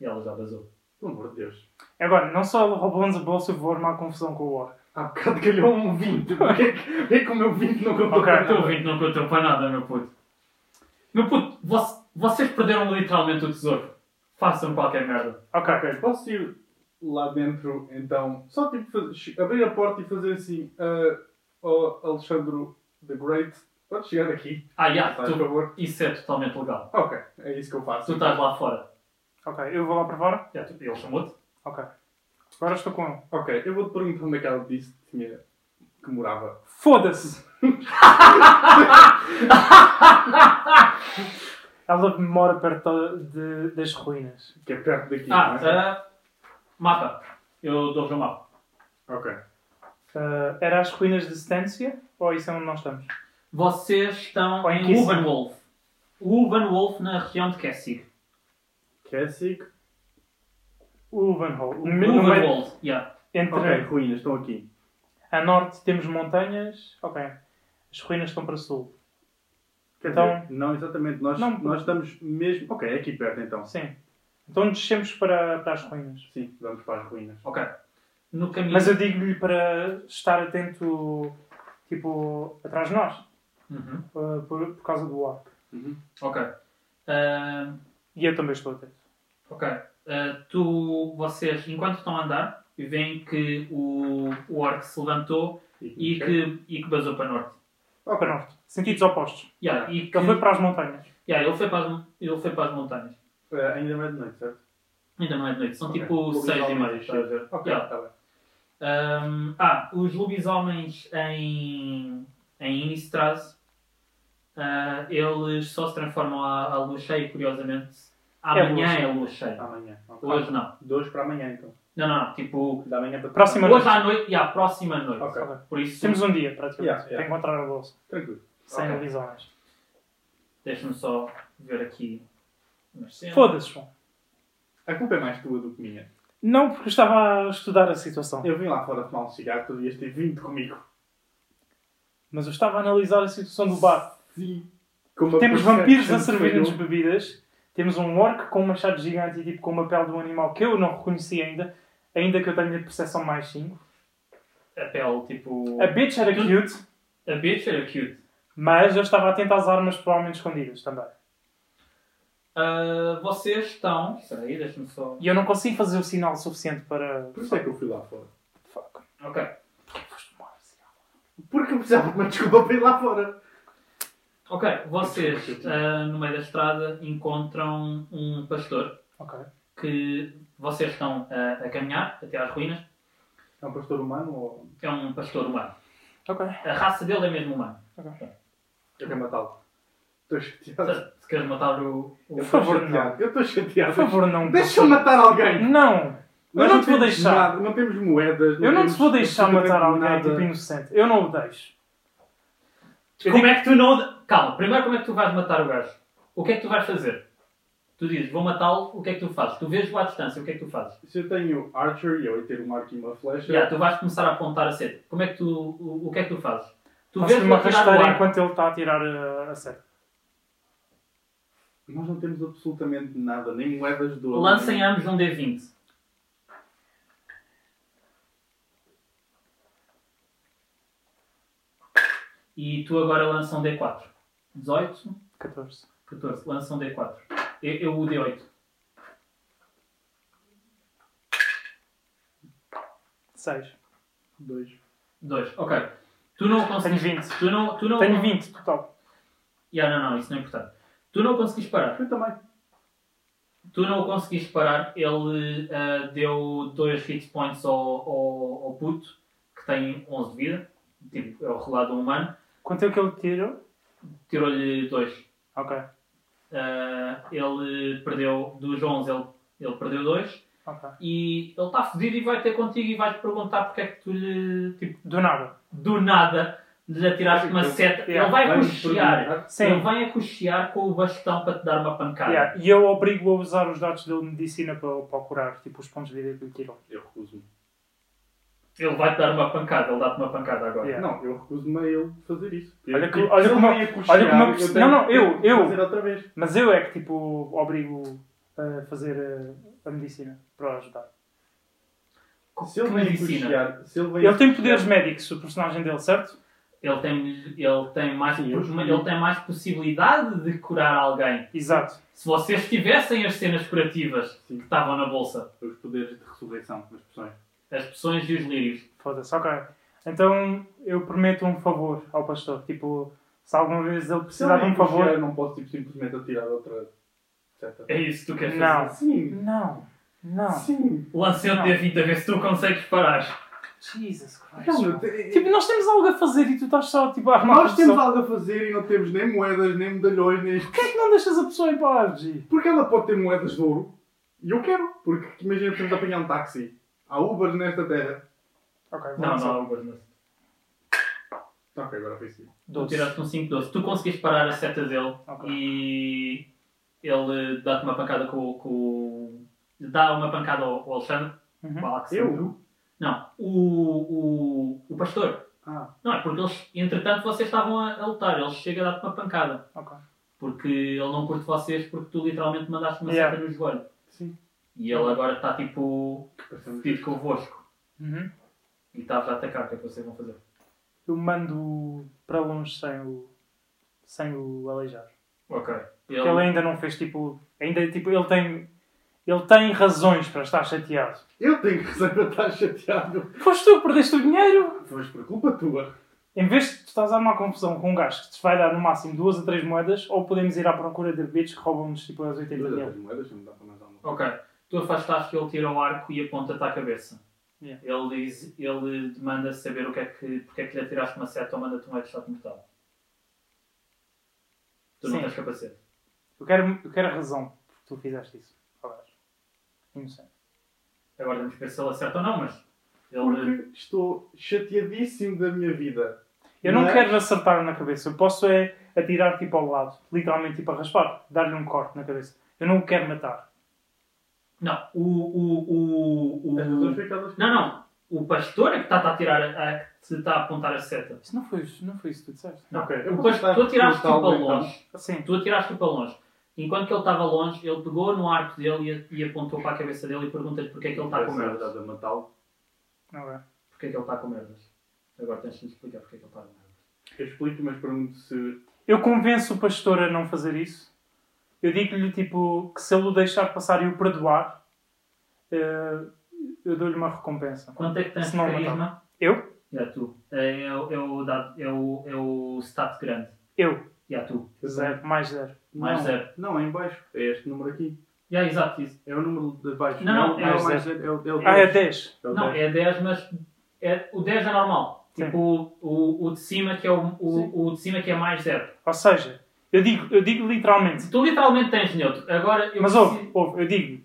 E ela já vazou.
Pelo amor de Deus.
Agora, não só ele roubou-nos a bolsa, eu vou armar confusão com o Orc.
Há bocado calhou um 20. Porquê que, porquê que o meu 20 não contou
Ok,
para
O teu
nada?
ouvinte não contou para nada, meu puto. Meu puto, voc- vocês perderam literalmente o tesouro. Façam qualquer merda.
Ok.
Ok, posso ir lá dentro então? Só tipo fazer- che- abrir a porta e fazer assim. ah, ó Alexandre the Great, pode chegar aqui,
Ah, yeah,
faz
tu,
favor.
isso é totalmente legal.
Ok, é isso que eu faço.
Tu tá. estás lá fora.
Ok, eu vou lá para fora?
Yeah, tu- ele chamou-te.
Ok. Agora estou com ele.
Ok, eu vou-te perguntar onde é que ela disse que, tinha- que morava.
Foda-se! <laughs> Ela mora perto de, de- das ruínas.
Que é perto daqui,
Ah,
não é?
ah, mapa. Eu dou-vos o mapa.
Ok.
Ah, era as ruínas de Stancia? Ou isso é onde nós estamos?
Vocês estão
Ou em
em
Kessig.
Wolf. Wolf na região de Kessig.
Cassic.
Uvenhall. No, no meio,
Wolf, yeah.
entre
Ok, ruínas, estão aqui.
a norte temos montanhas. Ok. As ruínas estão para sul.
Quer
Então-
dizer, não exatamente, nós,
Não.
nós estamos mesmo. Ok, é aqui perto então.
Sim. Então descemos para, para as ruínas.
Sim, vamos para as ruínas.
Ok. No caminho.
Mas eu digo-lhe para estar atento, tipo, atrás de nós,
Uhum.
uh, por, por causa do ar.
Uhum.
Ok. Ah,
E eu também estou atento.
ok. Ah, tu, vocês, enquanto estão a andar, veem que o, o orc se levantou e que, e que basou para norte.
Para norte. Sentidos opostos.
Yeah, e que,
Ele Então foi
Hum.
para as montanhas.
yeah, ele, foi para as, mon- ele foi para as montanhas.
Eh, ainda não é de noite, certo?
Ainda não é de noite, são
Ok.
tipo
Vou
6 e
visualmente,
meia.
estás a ver? Ok,
Yeah.
está bem.
Ahm, ah, os lobisomens em, em Innistrad, ah, eles só se transformam à, à luz cheia, curiosamente. Amanhã
luz
é,
cheia.
luz cheia.
Amanhã. Ah, ok.
Hoje não.
Dois para amanhã então.
Não, não, não. Tipo,
Da manhã para
Próxima
hoje
noite.
à noite e à próxima noite.
Ok,
Ok.
Por isso,
Temos um dia, praticamente,
Yeah,
para
yeah.
encontrar a bolsa.
tranquilo.
Sem
Ok.
avisões.
deixa-me só ver aqui. umas cenas.
Foda-se, João.
A culpa é mais tua do que minha.
Não, porque eu estava a estudar a situação.
Eu vim lá fora fumar um cigarro, tu devias ter vindo comigo.
Mas eu estava a analisar a situação do bar.
Sim. Como
Temos vampiros a servir-nos bebidas. Temos um orc com um machado gigante e tipo com uma pele de um animal que eu não reconheci ainda. Ainda que eu tenha percepção mais 5.
A pele, tipo.
A bitch era
Tu-
cute.
A bitch era cute.
Mas eu estava atento às armas provavelmente escondidas também.
Ah, vocês estão. Espera aí, deixa-me só.
E eu não consigo fazer o sinal suficiente para.
Por isso é que eu fui lá fora.
Fuck.
Ok.
Foste tomar o sinal.
Porque eu precisava de uma desculpa para ir lá fora.
Ok, vocês
Desculpa,
ah, no meio da estrada encontram um pastor.
Ok.
que vocês estão ah, a caminhar até às ruínas.
É um pastor humano ou.
É um pastor humano.
Ok.
A raça dele é mesmo humano.
Eu quero matá-lo. Estou chateado.
Se se queres matar o. o-
Eu
Por
estou
favor,
chateado. Eu estou
Por
chateado.
favor, não.
Deixa-me matar alguém.
Não! Eu
Nós
não te vou
temos
deixar.
nada, não temos moedas.
Eu não te
temos
vou deixar matar
absolutamente
alguém tipo inocente. Eu não o deixo.
Como é que tu não. Calma, primeiro como é que tu vais matar o gajo? O que é que tu vais fazer? Tu dizes, vou matá-lo, o que é que tu fazes? Tu vês-o à distância, o que é que tu fazes?
Se eu tenho Archer e eu ia ter um arco e uma flecha.
Já, tu vais começar a apontar a seta. Como é que tu. O, o que é que tu fazes? Tu
Posso
vês-o
me
a tirar o
arrastar
arco.
enquanto ele está a tirar uh, a seta.
Nós não temos absolutamente nada, nem moedas do.
Lancem ambos um D20. E tu agora lança um D4. 18,
14.
14. Lança um D4. Eu, eu o D8.
6.
Dois.
2. Ok. Tu não
Tenho
consegues.
20.
Tu não, tu não,
Tenho 20 total.
Yeah, não, não, isso não é importante. Tu não conseguiste parar.
Eu também.
Tu não o eh, conseguiste parar. Ele ah, deu 2 hit points ao, ao, ao puto tem 11 de vida, tipo, é o relado humano,
Quanto é que ele tirou?
tirou-lhe 2.
Ok.
ele perdeu, dos 11 ele, ele perdeu 2
Ok.
e ele está fedido e vai ter contigo e vai-te perguntar porque é que tu lhe, tipo,
Do nada.
do nada lhe atiraste uma
Ele-
seta.
yeah,
Ele vai
Vai-me
cochear.
perguntar.
Sim.
Ele vai a cochear com o bastão para te dar uma pancada.
Yeah, E eu obrigo a usar os dados de medicina para, para curar, tipo os pontos de vida que lhe tiram.
Eu recuso-me.
Ele vai-te dar uma pancada, ele dá-te uma pancada agora.
Yeah.
Não, eu recuso-me a ele fazer isso.
Olha que-
Tipo,
olha
se ele
como-
vem a cochear,
olha como eu-
tenho
não, não, eu-
que
eu-
Fazer outra vez.
Mas eu é que tipo obrigo eh, a fazer a, a medicina para ajudar.
Co-
Se ele
que
vem a
medicina?
cochear, se ele vem a
Ele tem
cochear-
poderes médicos, o personagem dele, certo?
Ele tem, ele, tem mais,
Sim, eu escolhi.
ele tem mais possibilidade de curar alguém.
Exato.
Se vocês tivessem as cenas curativas
Sim.
que estavam na bolsa,
Os poderes de ressurreição, as pessoas.
as poções e os lírios.
Foda-se, ok. Então eu prometo um favor ao pastor. Tipo, se alguma vez ele
Se ele
precisar de
vem
um
a cochear,
favor.
eu não posso tipo, simplesmente atirar outra seta.
É isso que tu queres
Não.
fazer.
Sim,
Não, não.
sim.
Lancei o
Não.
D20 a ver se tu consegues parar.
Jesus Christ.
Calma,
mano.
te-
Tipo, nós temos algo a fazer e tu estás só tipo, a armar
Nós
a
temos
pessoa.
algo a fazer e não temos nem moedas, nem medalhões, nem.
Porquê é que não deixas a pessoa em paz, G?
Porque ela pode ter moedas de ouro. E eu quero. Porque imagina, podemos apanhar um táxi. Há Ubers nesta terra.
Ok,
Não, não, não.
Tá, Ok, agora foi sim.
Tu tiraste um 5-12. Tu conseguiste parar a seta dele
Ok.
e ele dá-te uma pancada com, o- com o. dá uma pancada ao, ao Alexandre.
Uhum.
ao Alexandre.
Eu?
Não, o, o, o pastor.
Ah,
Não, é porque eles, entretanto, vocês estavam a, a lutar. Ele chega a dar-te uma pancada.
Ok.
Porque ele não curte vocês porque tu literalmente mandaste uma
Yeah.
seta no joelho.
sim.
E ele agora está tipo
Que passamos.
fedido convosco.
Uhum.
E está a atacar. O que é que vocês vão fazer?
Eu mando para longe sem o. sem o aleijar.
Ok.
Porque ele é- ainda não fez tipo. Ainda tipo, ele tem. Ele tem razões para estar chateado.
Eu tenho razão para estar chateado.
Foste tu, que perdeste o dinheiro!
Mas por culpa tua.
Em vez de tu estás a armar confusão com um gajo que te vai dar no máximo duas a três moedas, ou podemos ir à procura de bitches que roubam-nos tipo as 80
As
mil.
moedas não dá para mais alguma coisa.
Ok. Tu afastaste, ele tira o arco e aponta-te à cabeça.
Yeah.
Ele diz, ele demanda saber o que é que, porque é que lhe atiraste uma seta ou manda-te um headshot mortal. Tu não
Sim.
tens capacete.
Eu quero, eu quero a razão porque tu fizeste isso. ao gajo. Inocente.
Agora temos que ver se ele acerta ou não, mas ele
Porque estou chateadíssimo da minha vida.
Eu não
Mas-
quero acertar na cabeça. Eu posso é atirar tipo ao lado. Literalmente tipo a raspar. Dar-lhe um corte na cabeça. Eu não o quero matar.
Não, o. o, o, o...
As razões foi aquelas
Não, não. O pastor é que está a tirar a, a que te está a apontar a seta.
Isso não foi, não foi isso que tu disseste.
Não.
Ok, eu
o
vou
pastor,
tentar
tu atiraste-o para
cortá-lo, então.
longe.
Assim.
Tu atiraste-o para longe. Enquanto que ele estava longe, ele pegou no arco dele e, e apontou para a cabeça dele e pergunta-lhe porque é que ele está com
Essa
merdas.
verdade a matá-lo.
Não é.
porque é que ele está com merdas. Agora tens de me explicar porque é que ele está com merdas.
Eu explico, mas pergunto se.
Eu convenço o pastor a não fazer isso. Eu digo-lhe tipo que se ele o deixar passar e o perdoar, eh, eu dou-lhe uma recompensa.
Quanto é que tens
Se
de
não,
carisma?
Eu?
Já tu. É, é, o- é, o, dado- é, o, é o stat grande.
Eu.
Já tu.
Zero. Mais zero.
Mais
não,
zero.
Não, é em baixo. É este número aqui.
Já, exato isso.
É o número de baixo.
Não, não,
o-
é
o
zero.
mais zero. É o, é o
Ah, é
dez.
10.
É o
Não,
dez.
é 10, mas é, o 10 é normal.
Sim.
Tipo o, o, o de cima que é o, o, o de cima que é mais zero.
Ou seja, eu digo, eu digo literalmente.
Tu literalmente tens neutro. Agora eu
Mas
preciso-
ouve, ouve, eu digo,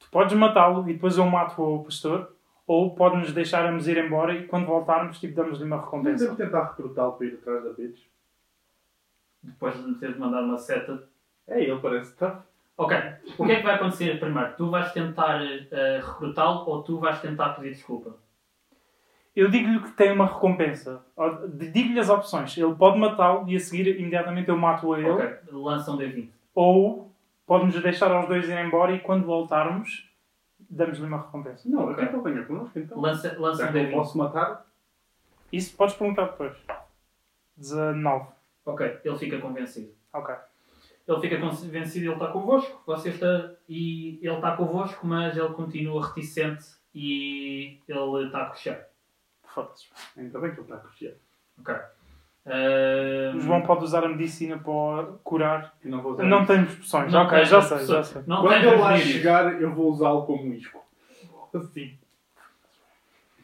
tu podes matá-lo e depois eu mato o pastor, ou pode-nos deixarmos ir embora e quando voltarmos, tipo, damos-lhe uma
Mas
recompensa.
devo tentar recrutá-lo para ir atrás da bitch.
depois de me teres mandado uma seta.
É, ele parece tough.
Ok. O que é que vai acontecer primeiro? Tu vais tentar eh, recrutá-lo ou tu vais tentar pedir desculpa?
Eu digo-lhe que tem uma recompensa. Ou- de- Digo-lhe as opções. Ele pode matá-lo e a seguir imediatamente eu mato a ele,
Ok. Lança um D20.
ou pode-nos deixar aos dois ir embora e quando voltarmos, damos-lhe uma recompensa.
Não, eu
Ok.
quero que ele venha connosco então.
Lança, lança
Já
um
que eu
D20.
posso matar,
Isso podes perguntar depois. 19.
Ok, ele fica convencido.
Ok.
Ele fica convencido, ele está convosco, você está. E ele está convosco, mas ele continua reticente e ele tá está a coxar.
Foda-se.
ainda bem que ele tá está a cochear.
Ok. Ahm,
O João pode usar a medicina para curar.
Eu não vou usar
Não
isso.
temos poções.
não
ok,
tens
já
as
sei, já
pessoas-
sei.
Não
Quando
tens
ele
os
lá
lírios.
chegar, eu vou usá-lo como isco. Assim.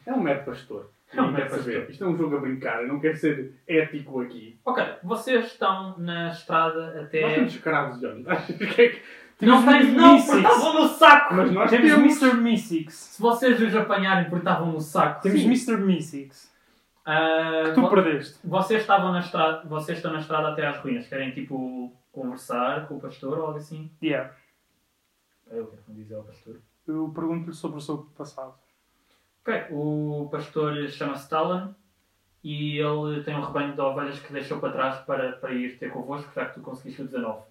É um mero pastor.
Não
Ninguém quer
peças
saber. Isto é um jogo a brincar, eu não quero ser ético aqui.
Ok, vocês estão na estrada
Nós
até.
temos cravos, John. <laughs> Que é que-
Não
Temos
tens, não,
Mystics.
porque estavam no saco!
Mas nós
Temos
temos.
Mr. Mystics.
Se vocês os apanharem porque estavam no saco.
Temos
Sim.
Mr. Mystics.
Ah,
Que tu
vo-
perdeste.
Vocês estavam na estrada, vocês estão na estrada até às ruínas. Querem tipo conversar com o pastor ou algo assim?
Yeah.
Eu quero dizer ao pastor.
Eu pergunto-lhe sobre o seu passado.
Ok, o pastor chama-se Talan e ele tem um rebanho de ovelhas que deixou para trás para, para ir ter convosco, já que tu conseguiste o 19.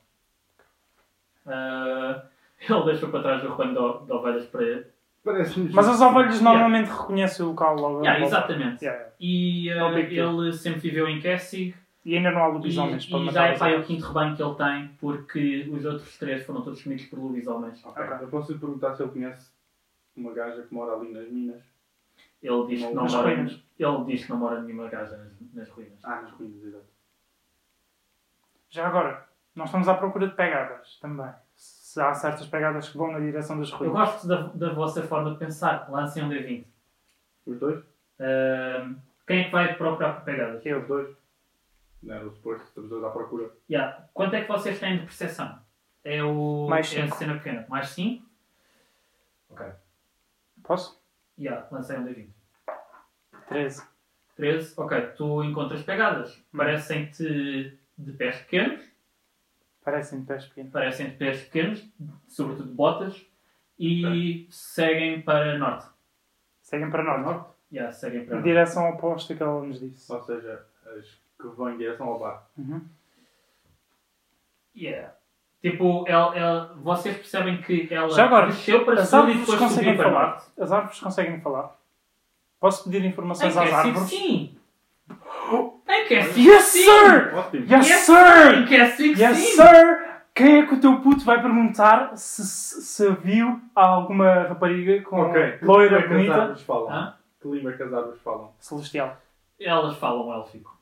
Ah, <laughs> ele deixou para trás o rebanho de, o- de ovelhas para ele.
Parece-nos.
Mas as ovelhas normalmente reconhecem o local logo.
Yeah,
logo.
exatamente.
Yeah, yeah.
E ah,
É o big deal. um
ele sempre viveu em Kessig
E ainda não há
e,
lobisomens para
e
matar
já é
as
pai o
ovelhas.
quinto rebanho que ele tem porque os outros três foram todos comidos por lobisomens.
Ok,
Ok.
Eu posso lhe perguntar se ele conhece uma gaja que mora ali nas minas.
Ele diz que não
Nas
mora,
ruínas.
ele diz que não mora nenhuma gaja nas, nas ruínas.
Ah, nas ruínas, exato.
Já agora, nós estamos à procura de pegadas também. Se há certas pegadas que vão na direção das
Eu
ruínas.
gosto da, da vossa forma de pensar. Lancem um D20.
Os dois?
Ahm, quem é que vai procurar por pegadas?
Os dois? Não era o suposto, estamos dois à procura.
Yeah. Quanto é que vocês têm de percepção? É o.
Mais
é a
cinco.
cena pequena. Mais 5?
Posso?
Yeah, lancei um D20.
13.
13. Ok, tu encontras pegadas.
Hum.
Parecem-te de pés pequenos.
Parecem pés pequenos.
Parecem de pés pequenos, sobretudo botas. E seguem para norte.
Seguem para
Para
nós.
norte?
Yeah, seguem para
Na
norte.
direção oposta que ela nos disse.
Ou seja, as que vão em direção ao bar.
Uhum.
Yeah. Tipo, ela, ela- vocês percebem que ela
Já agora,
desceu para
As
sul e
árvores
depois
conseguem
subiu para
falar.
norte.
As árvores conseguem falar. Posso pedir
Em
informações às
Cassidy,
árvores?
É sim! Em Cassidy,
Yes,
sim!
sir!
Ótimo!
Yes,
Yes, Em
sir!
Cassidy,
Yes,
sim!
sir! Quem é que o teu puto vai perguntar se, se se viu alguma rapariga com
Ok.
loira
que língua que as
bonita
árvores falam?
Hã?
Que língua que as árvores falam?
celestial?
Elas falam élfico.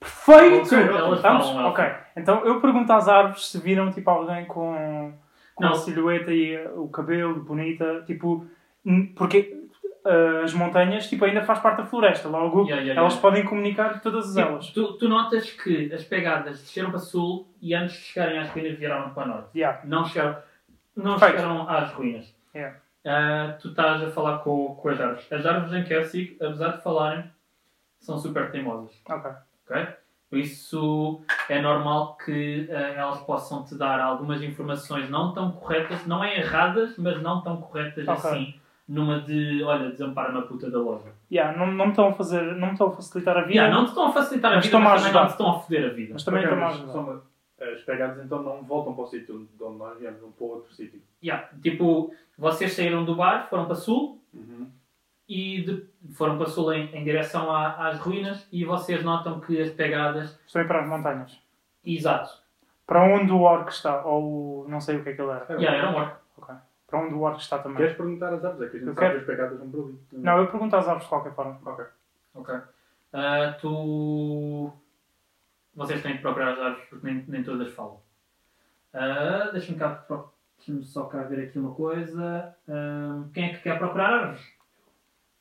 Perfeito!
Ok,
elas
Vamos?
falam, elas
ok. Então eu pergunto às árvores se viram tipo alguém com, com
Não.
a silhueta e o cabelo bonita, tipo, n- porque ah, as montanhas tipo, ainda faz parte da floresta, logo
Yeah, yeah,
elas
yeah.
podem comunicar todas as
Tipo,
elas.
tu, tu notas que as pegadas desceram para sul e antes de chegarem às ruínas viraram para norte.
Yeah.
Não chegaram, não
Perfeito.
chegaram às ruínas.
Yeah.
Ah, tu estás a falar com, com as árvores. As árvores em Kelsey, apesar de falarem, são super teimosas.
Ok.
ok? Por isso é normal que eh, elas possam te dar algumas informações não tão corretas, não é erradas, mas não tão corretas
Ok.
assim, numa de olha, desampara-me a puta da loja.
Yeah, não, não me estão a fazer, não me estão a facilitar a vida.
Yeah, não te estão a facilitar a
Mas
vida,
estão-me a
mas também não
ajudar.
te estão a foder a vida.
Mas também
Ok,
estão a
mas
ajudar.
só uma- As pegadas então não voltam para o sítio de onde nós viemos, vão para outro sítio.
Yeah, tipo, vocês saíram do bar, foram para sul
É
e de- foram para sul em, em direção à- às ruínas e vocês notam que as pegadas.
Estão a ir para as montanhas.
Exato.
Para onde o orc está, ou o- não sei o que é que ele era.
É.
Yeah, eram orc.
Ok. Para onde o orc está também.
Queres perguntar às árvores? É que a gente
Eu
sabe
quero.
que as pegadas vão para ali.
Não, eu pergunto às árvores de qualquer forma.
Ok.
Ok. Ah, tu. Vocês têm que procurar as árvores porque nem, nem todas falam. Ah, Deixa-me cá pro- deixa-me só cá ver aqui uma coisa. Ah, quem é que quer procurar árvores?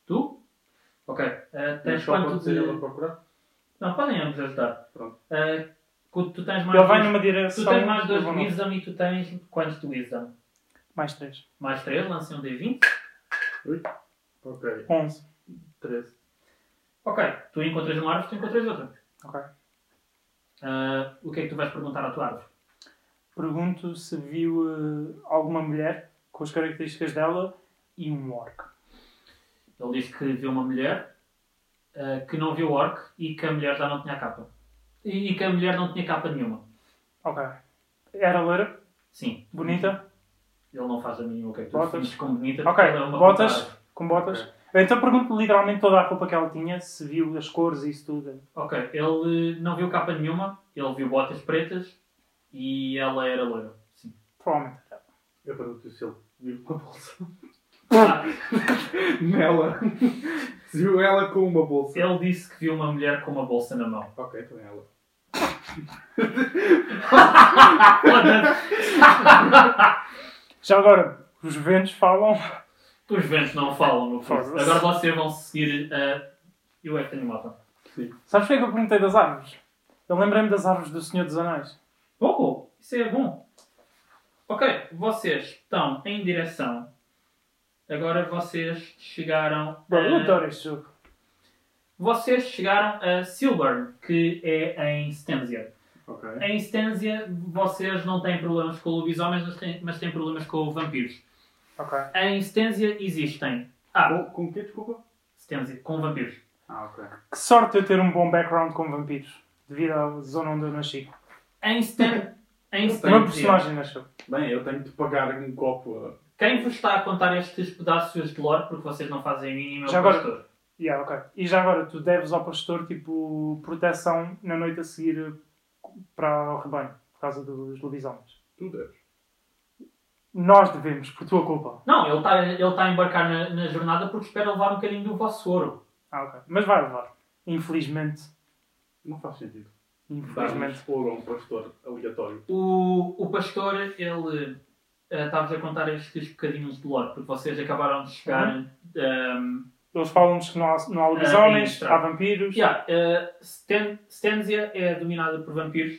Tu? Ok. Ah,
Mas
tens
só
quanto
pode ser ele a
de.
procurar?
Não, podem ambos ajudar.
Pronto.
Ah, cu- tu tens mais.
Ele vai
dois-
numa direção.
Tu tens mais
eu
dois de
vou noutra.
wisdom e tu tens quantos de wisdom?
Mais três.
Mais três, lancei um D20.
Ok.
Onze.
13.
Ok. Tu encontras uma árvore, tu encontras outra.
Ok.
Ah, o que é que tu vais perguntar à tua árvore?
Pergunto se viu eh, alguma mulher com as características dela e um orc.
Ele diz que viu uma mulher ah, que não viu o orc e que a mulher já não tinha capa. E, e que a mulher não tinha capa nenhuma.
Ok. Era loira,
Sim.
bonita,
Ele não faz a mínima o que é que tu
Botas.
defines como bonita.
Ok,
porque ela é uma
botas.
puta.
com botas. Então pergunto literalmente toda a roupa que ela tinha, se viu as cores e isso tudo.
Ok, ele não viu capa nenhuma, ele viu botas pretas e ela era loira. Sim.
Provavelmente.
Eu pergunto se ele viu uma bolsa.
Ah,
Nela. Se viu ela com uma bolsa.
ele disse que viu uma mulher com uma bolsa na mão.
Ok, então é ela.
Foda-se. <laughs>
Já agora, os ventos falam.
Os ventos não falam no curso.
Foda-se.
Agora vocês vão seguir eh, é a e o Efton e o Mota.
Sabes porquê que eu perguntei das árvores? Eu lembrei-me das árvores do Senhor dos Anéis.
Oh, isso é bom. Ok, vocês estão em direção. Agora vocês chegaram.
Bom, eu
a-
adoro este jogo.
Vocês chegaram a Silburn, que é em Stansia.
Ok.
Em Stansia, vocês não têm problemas com lobisomens, mas têm, mas têm problemas com vampiros.
Ok.
Em Stansia existem. Ah,
Com, com o quê, desculpa?
Stansia, com vampiros.
Ah, ok.
Que sorte eu ter um bom background com vampiros. Devido à zona onde eu nasci. <laughs>
Em Stan... em
O meu
Stansia.
personagem nasceu.
Bem, eu tenho de pagar um copo. ah.
Quem vos está a contar estes pedaços de lore, porque vocês não fazem a mínima, é
Já
o
agora-
pastor.
Yeah, ok. E já agora, tu deves ao pastor, tipo, proteção na noite a seguir eh, para o rebanho. Por causa dos lobisomens.
Tu deves.
Nós devemos, por tua culpa.
Não, ele está ele tá a embarcar na, na jornada porque espera levar um bocadinho do vosso ouro.
Ah, ok. Mas vai levar. Infelizmente.
Não faz sentido.
Infelizmente.
Infelizmente. Ou a um pastor aleatório.
O, o pastor, ele eh, está-vos a contar estes bocadinhos de lore, porque vocês acabaram de chegar.
Uhum.
ehm,
Eles falam-nos que não há, não há
Ah,
lobisomens,
sim,
há vampiros.
Yeah, eh, Sten- Stensia é dominada por vampiros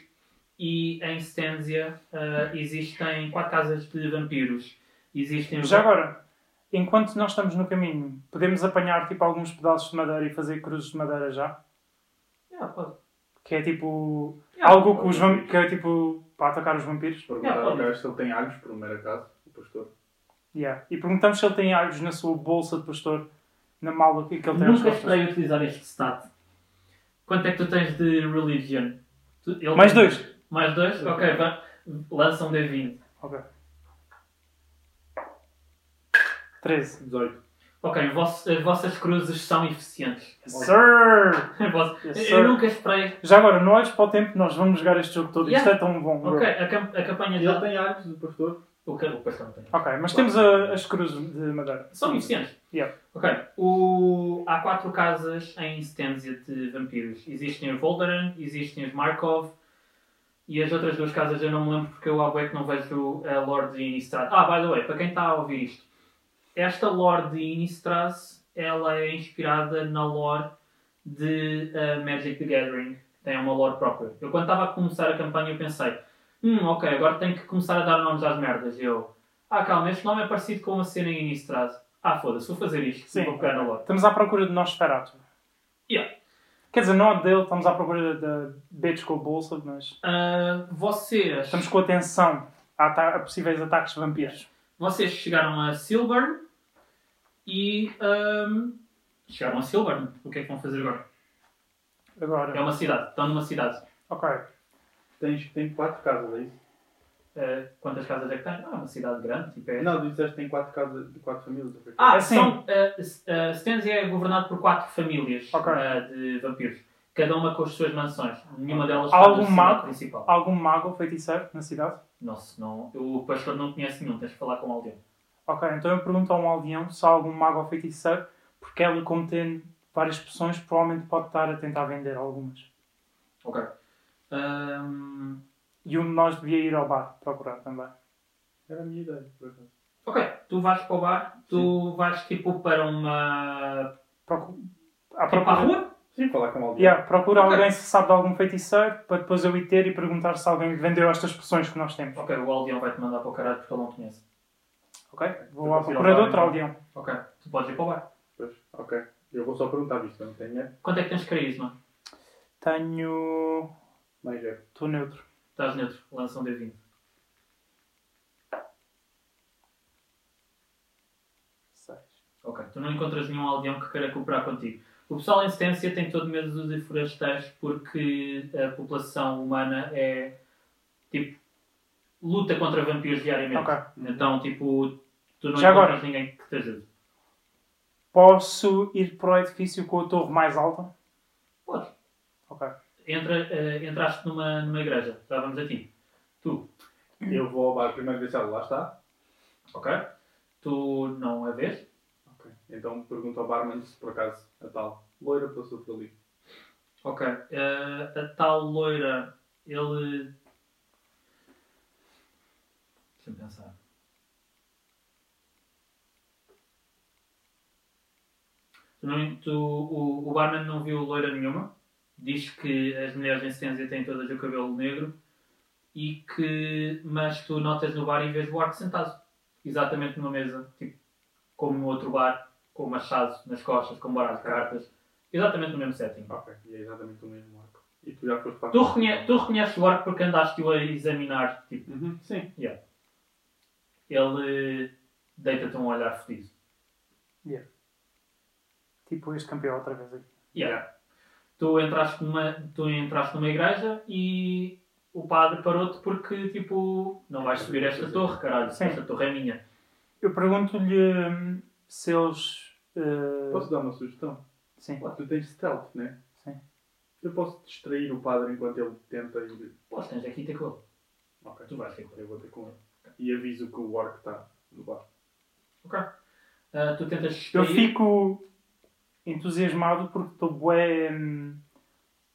e em Stensia eh, existem quatro casas de vampiros. Existem
Já agora, enquanto nós estamos no caminho, podemos apanhar tipo alguns pedaços de madeira e fazer cruzes de madeira já?
Yeah, pode.
Que é tipo.
Yeah.
algo que, os vam-
vampiros.
que é tipo. para atacar os vampiros?
Perguntar
Ah,
ao
pode.
gajo se ele tem alhos, por um mero acaso, o pastor.
Yeah. E perguntamos se ele tem alhos na sua bolsa de pastor, na mala que ele tem nas
Nunca
costas.
esperei utilizar este stat. Quanto é que tu tens de religion? Tu- ele
Mais
tem-
dois.
Mais dois? Ok, vá. lança um D20.
Ok. 13.
18.
Ok, vos- as vossas cruzes são eficientes. <laughs>
Yes, sir!
Vos-
Yes,
eu
sir.
nunca esperei.
Já agora, não olhes para o tempo, nós vamos jogar este jogo todo.
Yeah.
Isto é tão bom. bro.
Ok, a, camp- a campanha
Ele
dele.
tem alhos, o pastor.
O que o pastor não tem.
Ok, mas temos a- as cruzes de madeira.
São eficientes.
Yeah.
Ok. O- Há quatro casas em Stensia de vampiros. Existem os Volderan, existem os Markov e as outras duas casas eu não me lembro porque eu há bué que não vejo a Lorde de Innistrad. Ah, by the way, para quem está a ouvir isto, esta Lorde de Innistrad ela é inspirada na lore de uh, Magic the Gathering. Tem uma lore própria. Eu quando estava a começar a campanha eu pensei, hum, ok, agora tenho que começar a dar nomes às merdas. E eu, ah, calma, este nome é parecido com uma cena em Innistrad. Ah, foda-se, vou fazer isto.
Sim.
Vou pegar na lore.
Estamos à procura de Nosferatu.
Yeah.
Quer dizer, não a dele, estamos à procura da bitch com a bolsa, mas
Ah, vocês,
estamos com atenção a, ata- a possíveis ataques de vampiros.
vocês chegaram a Silburn e ahm, chegaram a Silburn. O que é que vão fazer agora? É
Agora,
uma cidade, estão numa cidade.
ok.
Tens, tem quatro casas, é isso?
Ah, quantas casas é que tem? Ah, é uma cidade grande, tipo é.
Não, tu disseste que tem quatro casas, quatro famílias. ok?
Ah,
É assim.
são. ah, S- ah, Stensia é governado por quatro famílias
Ok.
ah, de vampiros, cada uma com as suas mansões. Nenhuma delas
Há
está na
algum
cidade
mago?
principal.
Há Algum mago ou feiticeiro na cidade?
Nossa, não, o pastor não conhece nenhum, tens de falar com alguém.
Ok, então eu pergunto ao aldeão se há algum mago ou feiticeiro, porque ela contém várias poções, provavelmente pode estar a tentar vender algumas.
Ok. Ahm,
E um de nós devia ir ao bar procurar também.
Era a minha ideia, por acaso.
ok, tu vais para o bar, tu vais tipo para uma.
Procu... À
Tipo para a rua?
Sim, falar com alguém.
Yeah, procura
Ok.
alguém se sabe de algum feiticeiro para depois eu ir ter e perguntar se alguém vendeu estas poções que nós temos.
Ok, o aldeão vai te mandar para o caralho porque ele não conhece.
Ok? Vou
Eu
à
posso ir
procura de
ao bar,
outro
então.
aldeão.
Ok, tu podes ir para o bar.
Pois, ok. Eu vou só perguntar isto, não tenho é?
Quanto é que tens de carisma?
Tenho.
Mais é.
Estou neutro.
Estás neutro, lança um D20.
6.
Ok, tu não encontras nenhum aldeão que queira cooperar contigo. O pessoal em Stência tem todo medo de forasteiros porque a população humana é tipo luta contra vampiros diariamente.
Ok.
Então, tipo, tu não
Já
encontras
agora.
ninguém que te ajude.
Posso ir para o edifício com a torre mais alta?
Podes.
Ok.
Entra, eh, entraste numa, numa igreja, já vamos a ti. Tu, Hum.
Eu vou ao bar primeiro ver se ela lá está.
ok? Tu não a vês?
Ok. Então pergunto ao barman se por acaso a tal loira passou por ali.
Ok. Eh, a tal loira, ele. Deixa-me pensar. Tu Tu não- tu- o, o barman não viu loira nenhuma. Diz que as mulheres em Ciência têm todas o cabelo negro. E que. Mas tu notas no bar e vês o Arco sentado. Exatamente numa mesa. Tipo, como no outro bar. Com o machado nas costas, com um baralho de cartas. Exatamente no mesmo setting.
Ok, e é exatamente o mesmo arco. E tu já foste para
Tu, reconhe tu reconheces o Arco porque andaste o a examinar. Tipo,
Uhum, Sim.
ele eh, deita-te um olhar fodido.
Tipo este campeão outra vez aqui.
Yeah. Tu, entraste numa, tu entraste numa igreja e o padre parou-te porque, tipo, não vais subir esta torre, caralho,
Sim.
esta torre é minha.
Eu pergunto-lhe hum, se eles. eh,
Posso dar uma sugestão?
Sim,
Pá, tu tens stealth, né?
sim.
Eu posso distrair o padre enquanto ele tenta ir.
Pois, tens aqui ter com ele.
Ok.
Tu vais ter com ele.
Eu vou ter com ele. E aviso que o orc está no bar.
Ok. Ah, tu tentas
Eu
sair.
fico entusiasmado porque estou bué. hum,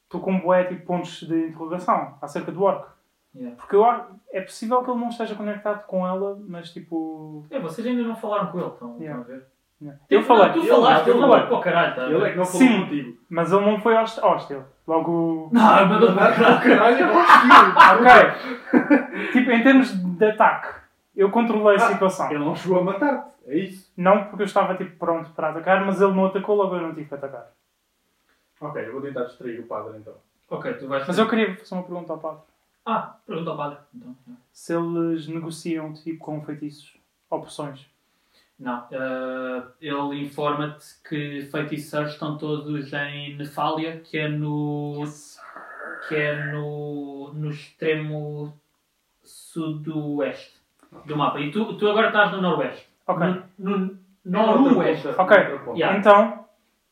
Estou com bué tipo, pontos de interrogação acerca do orc.
Yeah.
Porque eu, acho- é possível que ele não esteja conectado com ela, mas tipo.
É, vocês ainda não falaram com ele, estão
Yeah.
estão a ver?
não.
Tipo,
Eu falei,
não, tu
ele
falaste,
não,
ele
eu
mandou
falei.
para o caralho, tá? está a
Ele é
ver?
que não falou
Sim.
contigo.
mas ele não foi host- hostel. Logo.
Não, ele mandou
<laughs>
para o caralho.
Caralho, é hostil.
Ok!
<laughs>
tipo, em termos de ataque, eu controlei a
Ah,
situação.
Ele não chegou a matar-te. É isso.
Não porque eu estava tipo pronto para atacar, mas ele não atacou, logo eu não tive que atacar.
Ok, eu vou tentar distrair o padre então.
Ok, tu vais...
Mas eu queria fazer uma pergunta ao padre.
Ah, pergunta ao padre. Então, yeah.
Se eles negociam tipo com feitiços, opções.
Não. ah, ele informa-te que feiticeiros estão todos em Nefália, que é no. que é no. no extremo sudoeste do mapa. E tu, tu agora estás no noroeste.
Ok.
No, no noroeste.
Noroeste.
Ok.
Hum. Yeah.
Então,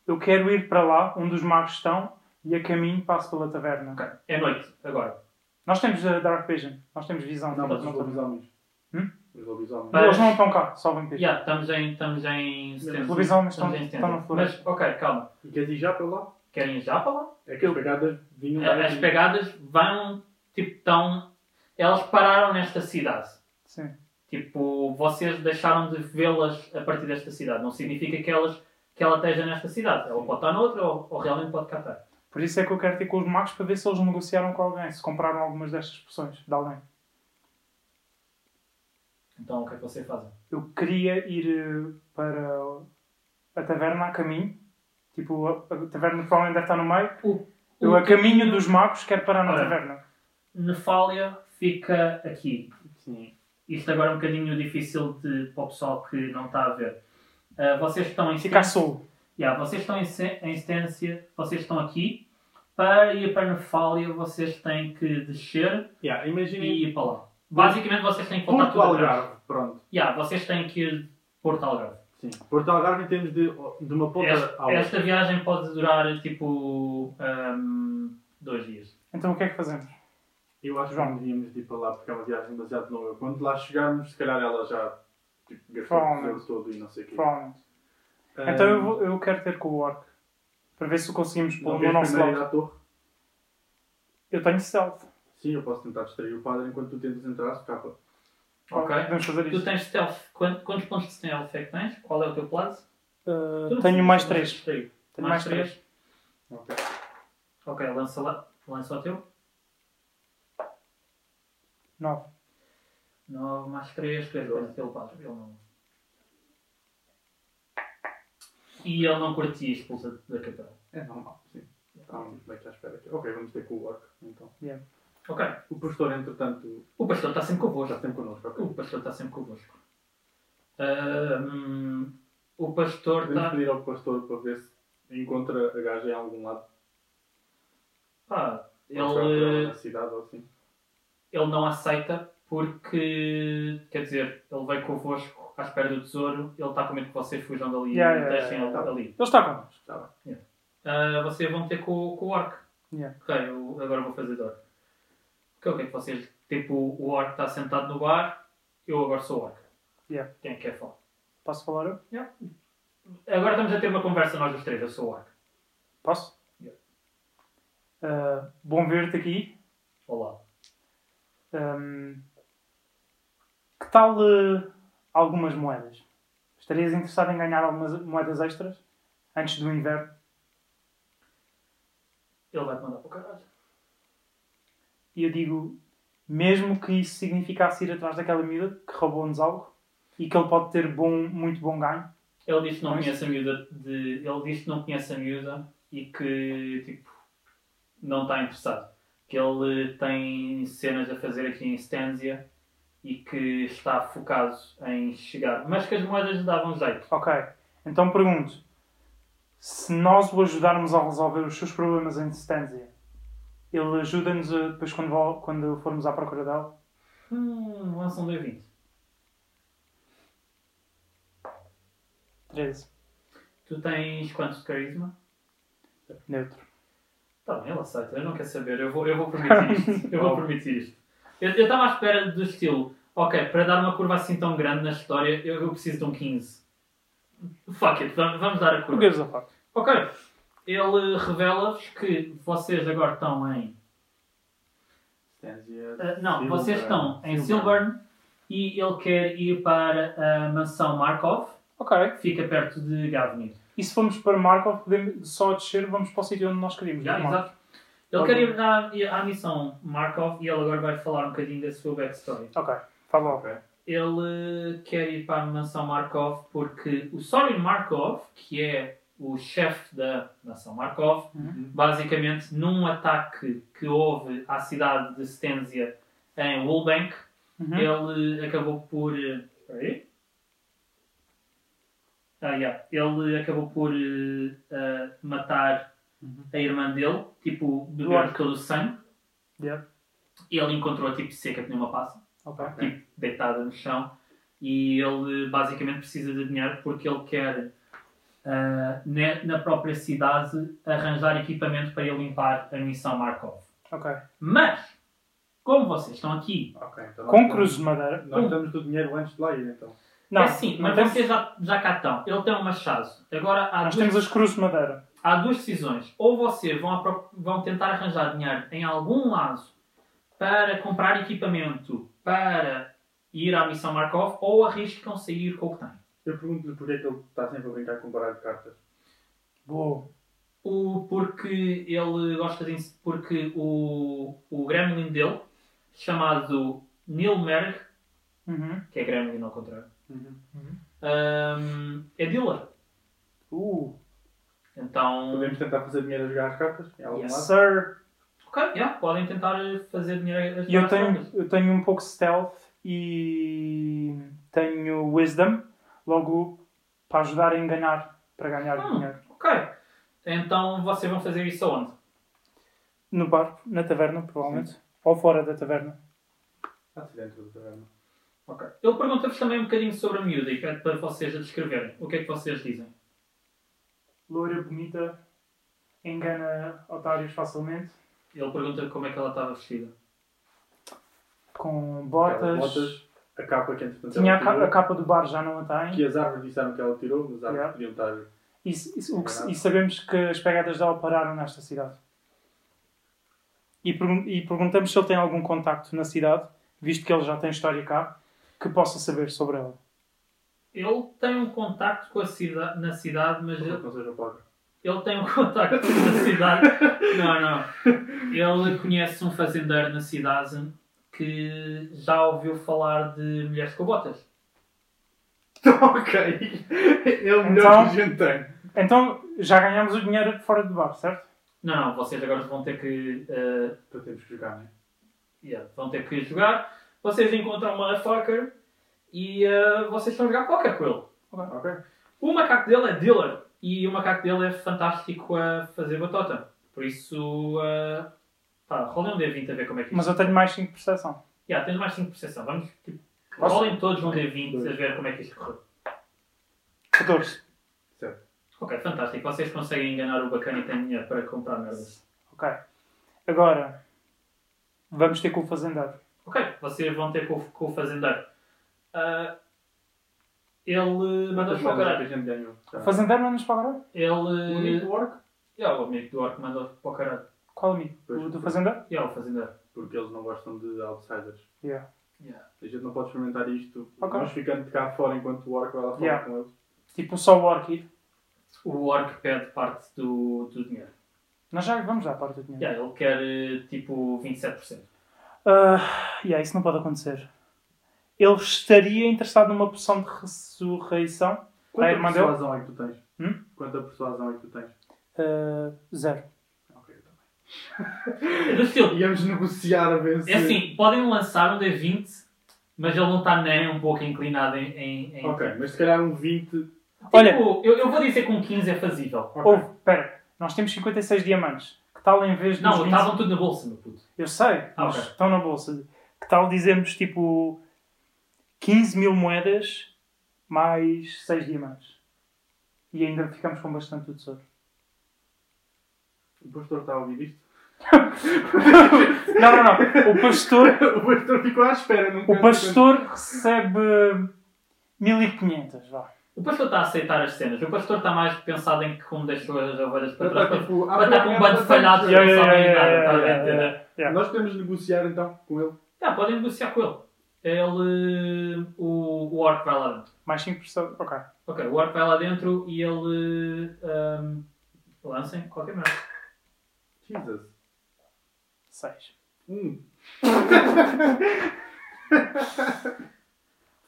eu quero ir para lá, onde os magos estão, e a caminho passo pela taverna.
Ok. É noite, agora.
Nós temos a Dark Vision, nós temos visão.
Não, mas os
portanto, não
lobisomens.
Hum?
Os lobisomens.
Mas-
eles não estão cá, só vão ter.
Yeah, estamos em. estamos em. Stanley.
Os lobisomens
Estamos
estão-
em
estão na
Stanley.
floresta.
Mas, ok, calma.
E queres ir já para lá?
Querem ir já para lá?
É que as pegadas vinham
A- As pegadas vão. tipo, tão. elas pararam nesta cidade.
Sim.
Tipo, vocês deixaram de vê-las a partir desta cidade. Não significa que, elas, que ela esteja nesta cidade. Ela pode estar noutra ou, ou realmente pode cá estar.
Por isso é que eu quero ter com os magos para ver se eles negociaram com alguém, se compraram algumas destas poções de alguém.
Então, o que é que vocês fazem?
Eu queria ir eh, para a taverna a caminho. Tipo, a a taverna provavelmente deve estar no meio. Eu a caminho dos magos quero parar na
Ora.
taverna.
Nefália fica aqui.
Sim.
Isto agora é um bocadinho difícil de, para o pessoal que não está a ver. Ah, vocês estão em
Ficar solo.
Yeah, vocês estão em, se- em instância, vocês estão aqui. Para ir para Nefália, vocês têm que descer
Yeah,
e
Imaginem
ir para lá. Basicamente, vocês têm que voltar
Porto
tudo atrás.
Algarve. Pronto.
Yeah, vocês têm que ir de Porto Algarve.
Sim. Porto Algarve em termos de, de uma ponta à
Esta,
outra.
esta viagem pode durar tipo ahm, dois dias.
Então o que é que fazemos?
Eu acho que
João.
não devíamos ir para lá porque é uma viagem demasiado longa. Quando lá chegarmos, se calhar ela já tipo, gastou o
Provavelmente.
dinheiro todo e não sei o quê.
Provavelmente.
Ah,
Então eu, vou- eu quero ter com o orc. Para ver se o conseguimos
Não
pôr no
queres
nosso
primeiro ir
lado.
à torre?
Eu tenho stealth.
Sim, eu posso tentar distrair o padre enquanto tu tentas entrar, se capa.
Ok.
Podemos fazer
Tu
isso.
tens stealth. Quantos, quantos pontos de stealth é que tens? Qual é o teu plazo? Tu
Uh,
não
tenho
precisas,
mais
não precisas
três.
distrair.
Tenho mais
mais três.
três.
Ok.
Ok, lança lá. Lança o teu.
Nove.
9 mais 3, 3 anos pelo 4. Ele não. E ele não curtia expulsa da capela.
É normal, sim. Estávamos bem que à espera. aqui. Ok, vamos ter com o orc, então.
Ok.
O pastor, entretanto,
O pastor está sempre convosco.
já tem connosco. ok?
O pastor está sempre convosco. Ah, hum, o pastor
Podemos
está.
pedir ao pastor para ver se encontra a gaja em algum lado.
Ah,
Ou se ela está
ele,
Na cidade ou assim.
ele não aceita porque. Quer dizer, ele veio convosco à espera do tesouro. Ele está com medo que vocês fujam dali
Yeah,
e
yeah,
deixem
yeah,
ele
yeah.
ali.
Ele está connosco.
Está tá bem.
Ah, vocês vão ter com, com o orc.
Yeah.
Ok, eu agora vou fazer dor. Ok, o que é que vocês. Tipo, o orc está sentado no bar, eu agora sou o orc.
Yeah.
Quem é que quer falar?
Posso falar eu?
Agora estamos a ter uma conversa nós os três, eu sou o orc.
Posso?
Yeah.
Uh, bom ver-te aqui.
Olá.
Um, que tal eh, uh, algumas moedas? Estarias interessado em ganhar algumas moedas extras? Antes do inverno.
Ele vai te mandar para o caralho.
E eu digo, mesmo que isso significasse ir atrás daquela miúda que roubou-nos algo e que ele pode ter bom, muito bom ganho,
Ele diz que não
Mas-
conhece a miúda de. Ele diz que não conhece a miúda e que tipo não está interessado. Que ele tem cenas a fazer aqui em Stanzia e que está focado em chegar. Mas que as moedas lhe davam jeito.
ok. Então pergunto, se nós o ajudarmos a resolver os seus problemas em distância, ele ajuda-nos a- depois quando, vol- quando formos à procura dela?
Hum, lança um D20.
13.
Tu tens quanto de carisma?
Neutro.
Tá bem, ele aceita. Eu não quero saber. Eu vou, eu vou permitir isto. Eu vou permitir isto. Eu eu estava à espera do estilo. Ok, para dar uma curva assim tão grande na história, eu, eu preciso de um 15. Fuck it, vamos, vamos dar a
Who
curva.
gives a fuck?
Ok. Ele revela-vos que vocês agora estão em. Ah, não, vocês estão em Silburn e ele quer ir para a mansão Markov,
Ok.
que fica perto de Gavnir.
E se formos para Markov, podemos só descer, vamos para o sítio onde nós queríamos. é?
Já,
Markov.
exato. Ele quer ir à, ir à missão Markov e ele agora vai falar um bocadinho da sua backstory.
Ok, fala logo.
Ele quer ir para a mansão Markov porque o Sorin Markov, que é o chefe da mansão Markov, basicamente num ataque que houve à cidade de Stenzia em Woolbank,
Uhum.
ele acabou por. eh, espera aí. Ah, yeah. Ele acabou por eh, ah, matar a irmã dele, tipo, beber
Claro.
todo o sangue.
Yeah.
Ele encontrou a tipo seca que nem uma passa,
Ok.
tipo, deitada no chão. E ele basicamente precisa de dinheiro porque ele quer, ah, ne- na própria cidade, arranjar equipamento para ele limpar a missão Markov.
Ok.
Mas, como vocês estão aqui
Ok, então nós
Com
temos-
cruzes de madeira.
Nós estamos do dinheiro antes de lá ir, então.
Não,
é sim,
não
mas
temos-
vocês já, já cá estão. Ele tem um machado. Agora há
nós
duas,
temos as cruzes de madeira.
há duas decisões. Ou vocês vão, à pro- vão tentar arranjar dinheiro em algum lado para comprar equipamento para ir à missão Markov, ou arriscam sair com o que têm.
Eu pergunto-lhe porque é que ele está sempre a brincar com o baralho de cartas.
Boa.
O, porque ele gosta de. ins- Porque o, o gremlin dele, chamado Nilmerg,
Uhum.
que é gremlin ao contrário,
Uhum.
hum, é dealer.
Uh,
Então.
Podemos tentar fazer dinheiro a jogar as cartas? Em algum
yes,
lado?
sir.
Ok, yeah, podem tentar eh, fazer dinheiro. a-
E eu
às
tenho,
trocas.
eu tenho um pouco de stealth e tenho wisdom, logo para ajudar a enganar, para ganhar
Hum.
dinheiro.
Ok. Então vocês vão fazer isso aonde?
No bar, na taverna, provavelmente. Ou fora da taverna.
Ah, sim, dentro do taverna.
Ok. Ele pergunta-vos também um bocadinho sobre a miúda e pede para vocês a descreverem. O que é que vocês dizem?
Loira, bonita, engana otários facilmente.
Ele pergunta como é que ela estava vestida.
Com
Aquelas
botas.
botas, a capa que entretanto
Tinha a,
ela
ca-
tirou,
a capa do bar, já não a tem.
que é as árvores disseram que ela tirou, mas as árvores
Yeah.
podiam estar...
E, s- e s- o que s- e sabemos que as pegadas dela pararam nesta cidade. E, pergun- e perguntamos se ele tem algum contacto na cidade, visto que ele já tem história cá, que possa saber sobre ela.
Ele tem um contacto com a cida na cidade,
Uhum.
mas ele,
Não seja
<laughs>
pobre.
ele tem um <laughs> contacto na cidade. Não, não. Ele conhece um fazendeiro na cidade que já ouviu falar de mulheres com botas.
ok. É o melhor que a gente tem.
Então já ganhamos o dinheiro fora do bar, certo?
Não, não. Vocês agora vão ter que eh,
Então temos que jogar, não é?
Yeah, vão ter que jogar. Vocês encontram o motherfucker e eh, vocês estão a jogar póquer com ele.
Ok.
O macaco dele é dealer e o macaco dele é fantástico a fazer batota. Por isso, eh, pá, rolem um D20 a ver como é que
Mas
isto.
eu tenho mais 5 de percepção.
Yeah, tens mais 5 percepção. Vamos, tipo,
Posso?
rolem todos um D20 a ver como é que isto correu.
14.
Ok, fantástico. Vocês conseguem enganar o bacana e têm dinheiro para comprar merdas.
Ok. Agora, vamos ter com o fazendeiro.
Ok, vocês vão ter com, o- com o fazendeiro. Ah, ele mandou-vos para o
Quantas
caralho.
que a gente ganhou? Tá.
O fazendeiro não nos pagará?
Ele.
Bonito work.
Yeah, o amigo do Orc mandou para o caralho.
Qual amigo?
Pois,
O do
pois.
fazendeiro?
Yeah, o fazendeiro.
Porque eles não gostam de outsiders.
Yeah.
A gente não pode experimentar isto.
Ok.
Nós ficando de cá fora enquanto o Orc vai lá falar
Yeah.
com eles.
Tipo só o Orchid.
o orc pede parte do, do dinheiro.
Nós já vamos à parte do dinheiro.
Yeah, ele quer eh, tipo 27%.
Ah, yeah, isso não pode acontecer. Ele estaria interessado numa poção de ressurreição? A
Quanta
irmã dele?
persuasão é que tu tens?
Hum?
Quanta persuasão é que tu tens?
Ah, zero.
Ok, então. eu também.
É do estilo.
Íamos negociar a ver se.
É assim, podem lançar um D20, mas ele não está nem um pouco inclinado em. em, em-
Ok, mas se calhar um 20.
Tipo,
Olha-
eu, eu vou dizer que um 15 é fazível.
Ok.
Houve, pera, nós temos 56 diamantes. Que tal em vez de.
Não, estavam tudo na bolsa, meu puto.
Eu sei,
Ah,
mas
ok.
estão na bolsa. Que tal dizermos tipo 15 mil moedas mais 6 diamantes? E ainda ficamos com bastante do tesouro.
O pastor está a ouvir isto? <laughs>
Não, não, não. O pastor,
o pastor ficou à espera, não
o pastor recebe 1500, vá.
O pastor está a aceitar as cenas. O pastor está mais pensado em que como deixou as ovelhas para
Está
trás. para-
tipo,
Para estar com um bando falhado e
Yeah,
não sabem
yeah,
nada.
yeah,
tá a
yeah,
ver,
yeah.
entendeu?
Yeah.
Nós podemos negociar então com ele.
Tá, podem negociar com ele. Ele. O, o Orc vai lá dentro.
Mais 5%. Ok.
Ok, o Orc vai lá dentro e ele. ahm, lancem qualquer merda.
Jesus.
6.
Hum.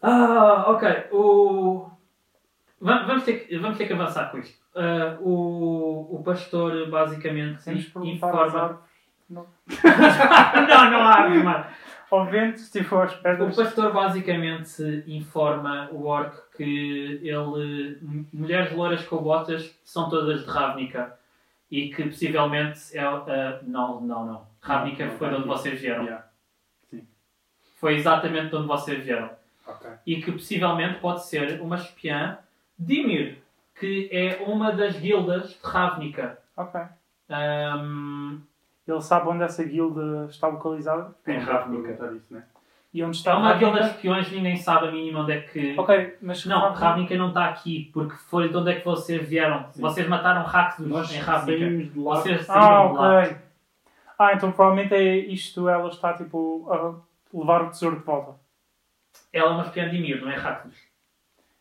Ah, ok. O... Va- Vamos, ter que, vamos ter que avançar com isto. Ah, o, o pastor basicamente
Temos que perguntar às
informa.
árvores. Não.
não, não há árvore mais.
Ao vento, tipo às
O
pedras.
pastor basicamente informa o orc que ele. m- Mulheres loiras com botas são todas de Ravnica e que possivelmente é. ah, não, não, não. Ravnica
Não,
foi de onde
não.
vocês vieram.
Yeah.
Foi exatamente de onde vocês vieram.
Ok.
e que possivelmente pode ser uma espiã Dimir, que é uma das guildas de Ravnica.
Ok.
Ahm,
Ele sabe onde essa guilda está localizada
Tem rápido.
perguntar isso, né?
e onde
é
está
uma
a
guilda de espiões, ninguém sabe a mínima onde é que.
Ok, mas.
Não, Ravnica não está aqui, porque foi de onde é que vocês vieram.
Sim.
Vocês mataram
Nós
Rakdos em Ravnica.
saímos de lá.
É Vocês
Ah,
saíram de lá.
ok. Ah, então provavelmente é isto. Ela está tipo a levar o tesouro de volta.
Ela é uma espiã Dimir, não é Rakdos.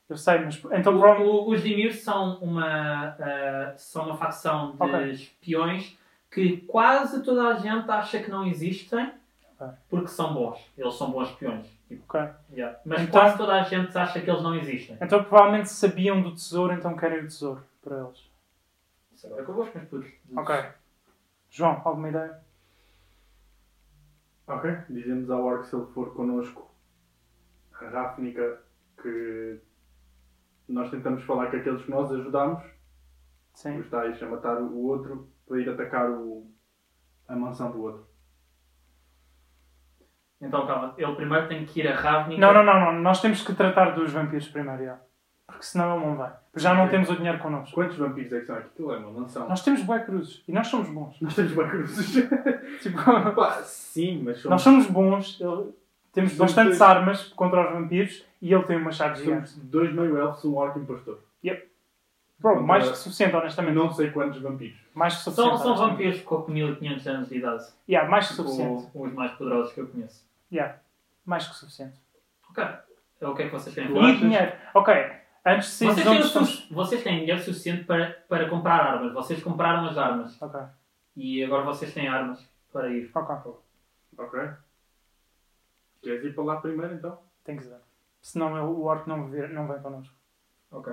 Eu sei, mas. Então provavelmente.
O- o- Os Dimir são uma, ah, são uma facção de
Ok.
espiões que quase toda a gente acha que não existem
Ok.
porque são bons. Eles são bons espiões. Tipo,
Ok.
yeah. Mas
Então-
quase toda a gente acha que eles não existem.
Então provavelmente sabiam do tesouro, então querem o tesouro para eles.
Isso agora é que eu gosto, mas putos.
Ok. João, alguma ideia?
Ok. Dizemos ao Orc se ele for connosco a Ráfnica que nós tentamos falar com aqueles que nós ajudámos,
Sim.
os tais a matar o outro, para ir atacar o... a mansão do outro.
Então calma, ele primeiro tem que ir a Ravnica.
Não, não, não, não. Nós temos que tratar dos vampiros primeiro, já. Porque senão ele não vai. Já não
Ok.
temos o dinheiro connosco.
Quantos vampiros é que são aqui? Aquilo é uma mansão.
Nós temos bué cruzes e nós somos
<laughs>
bons.
Nós temos bem cruzes.
<laughs> Tipo,
<laughs> Pá, sim, mas somos...
nós somos bons, ele- temos
Somos
bastantes
dois.
armas contra os vampiros e ele tem uma chave gigante.
Somos dois meio-elfos, um orc e um pastor.
Bro,
Contra-
mais que suficiente, honestamente.
Não sei quantos vampiros.
Mais que suficiente.
São, são
honestamente.
vampiros com 1500 anos de idade.
Yeah, mais que
Tipo,
suficiente.
os mais poderosos que eu conheço.
Yeah, mais que suficiente.
Ok. É o que é que vocês têm
Tu
fazer?
E
achas?
dinheiro. Ok, antes de
Vocês
seres
têm,
onde
o
estamos.
su- vocês têm dinheiro suficiente para, para comprar armas. Vocês compraram as armas.
Ok,
E agora vocês têm armas para ir.
ok,
Ok. Queres ir para lá primeiro, então?
tem que ser. Senão eu- o orc não, vir, não vem connosco.
Ok.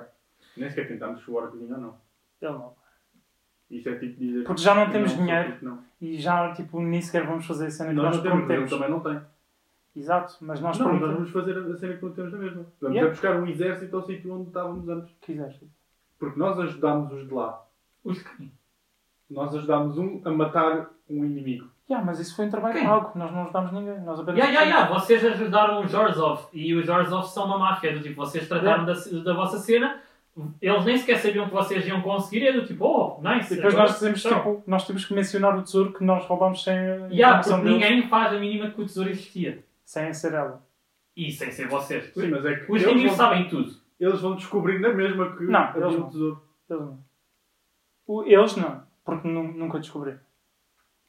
Nem sequer tentamos o orczinho ou não.
Ele não.
Isso é tipo dizer...
Porque já não
que
temos
sou
dinheiro.
porque não.
E já, tipo, nem sequer vamos fazer a cena que
Nós
nós,
não temos, ele
prometemos.
também não tem.
Exato, mas nós
Não, mas nós vamos
prometemos
fazer a cena que não temos na mesma. Vamos
Yeah.
a buscar um exército ao sítio onde estávamos antes.
o que quiseres.
Porque nós ajudámos os de lá.
Os que-
Nós ajudámos um a matar um inimigo.
Yeah, mas isso foi um trabalho
Quem?
pago, nós não ajudámos ninguém, nós apenas.
Ya, ya, ya, vocês ajudaram os Jorzov e os Jorzov são uma máfia, do tipo, vocês
É.
trataram da, da vossa cena, eles nem sequer sabiam que vocês iam conseguir, e é do tipo, oh, nice.
E depois
agora
nós dizemos,
então.
estão.
tipo, nós temos que mencionar o tesouro que nós roubámos sem a
Ya,
informação
porque
tipo deles,
ninguém faz a mínima que o tesouro existia.
sem ser ela.
E sem ser vocês.
Sim, mas é que
Os
eles
inimigos
vão,
sabem tudo.
eles vão descobrir na mesma que
Não,
havia
eles
um
não.
tesouro.
Eles não. O- Eles não, porque nu- nunca descobri.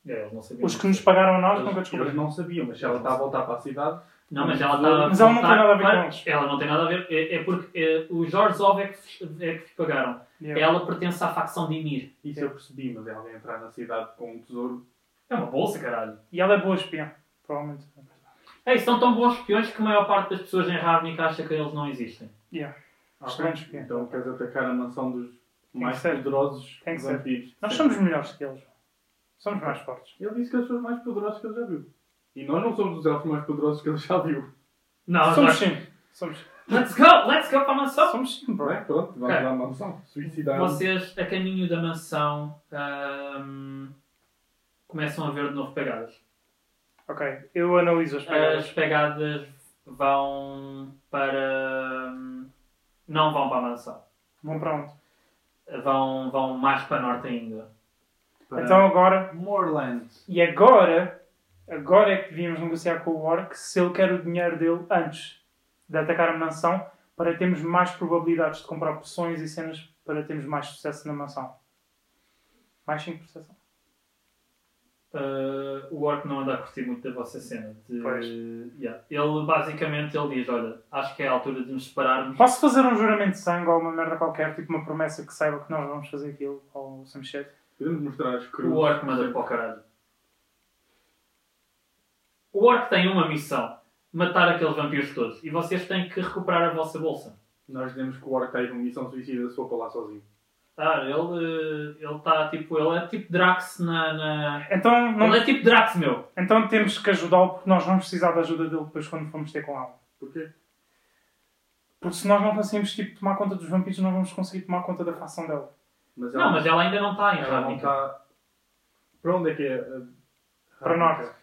É, eles não sabiam.
Os que nos pagaram a nós nunca
Eles, eles
descobriram.
não sabiam, mas se ela está a voltar para a cidade,
Não, mas ela estava.
Mas ela não tem nada a ver com eles.
Ela não tem nada a ver. É, é porque é, o Jorge Ov é que, vos- é que vos pagaram.
Yeah.
Ela pertence à facção de Ymir.
isso eu percebi, mas ela ia entrar na cidade com um tesouro.
É uma bolsa, caralho.
E ela é boa espiã, provavelmente.
Ei, são tão bons espiões que a maior parte das pessoas em Ravnica acha que eles não existem.
Yeah. Excelente espiã.
Então queres atacar a mansão dos mais
ser.
poderosos
Tem que ser.
vampiros.
Nós
Sim.
somos melhores que eles. Somos mais fortes.
Ele disse que eles são os mais poderosos que ele já viu. E nós não somos os elfos mais poderosos que ele já viu.
Não,
somos
Ah, nós... Então-
sim. Somos,
Let's go! Let's go para a mansão!
somos sim, bro.
Bem, é? pronto, vamos
É.
Ok.
à mansão. Suicidar.
Vocês, a caminho da mansão, ahm, começam a ver de novo pegadas.
Ok, eu analiso as
As
pegadas.
pegadas vão para. Não vão para a mansão.
Bom, pronto.
Vão, vão mais para norte ainda.
Para
Então agora.
Moorland.
E agora. Agora é que devíamos negociar com o Orc se ele quer o dinheiro dele antes de atacar a mansão para termos mais probabilidades de comprar poções e cenas para termos mais sucesso na mansão. Mais 5 percepção.
Ah, o Orc não anda a curtir muito da vossa cena. de-
Pois.
Yeah. Ele basicamente ele diz: Olha, acho que é a altura de nos separarmos.
Posso fazer um juramento de sangue ou uma merda qualquer, tipo uma promessa que saiba que nós vamos fazer aquilo ou some shit?
Podemos mostrar as cruzes.
Uhum.
O Orc manda para o caralho. O Orc tem uma missão: matar aqueles vampiros todos. E vocês têm que recuperar a vossa bolsa.
Nós dizemos que o Orc está aí com missão suicida, se for para lá sozinho.
Tá, ele ele tá, tipo, ele é tipo Drax na, na...
Então, não-
Ele é tipo Drax, meu.
então temos que ajudá-lo porque nós vamos precisar da ajuda dele depois quando formos ter com ele.
Porquê?
Porque se nós não conseguimos tipo, tomar conta dos vampiros, não vamos conseguir tomar conta da facção dela.
Mas
Não, mas ela ainda não está
é
em
ela não
tá.
Ravnica.
está. Para onde é que é? a- a
Para
Ravnica?
norte.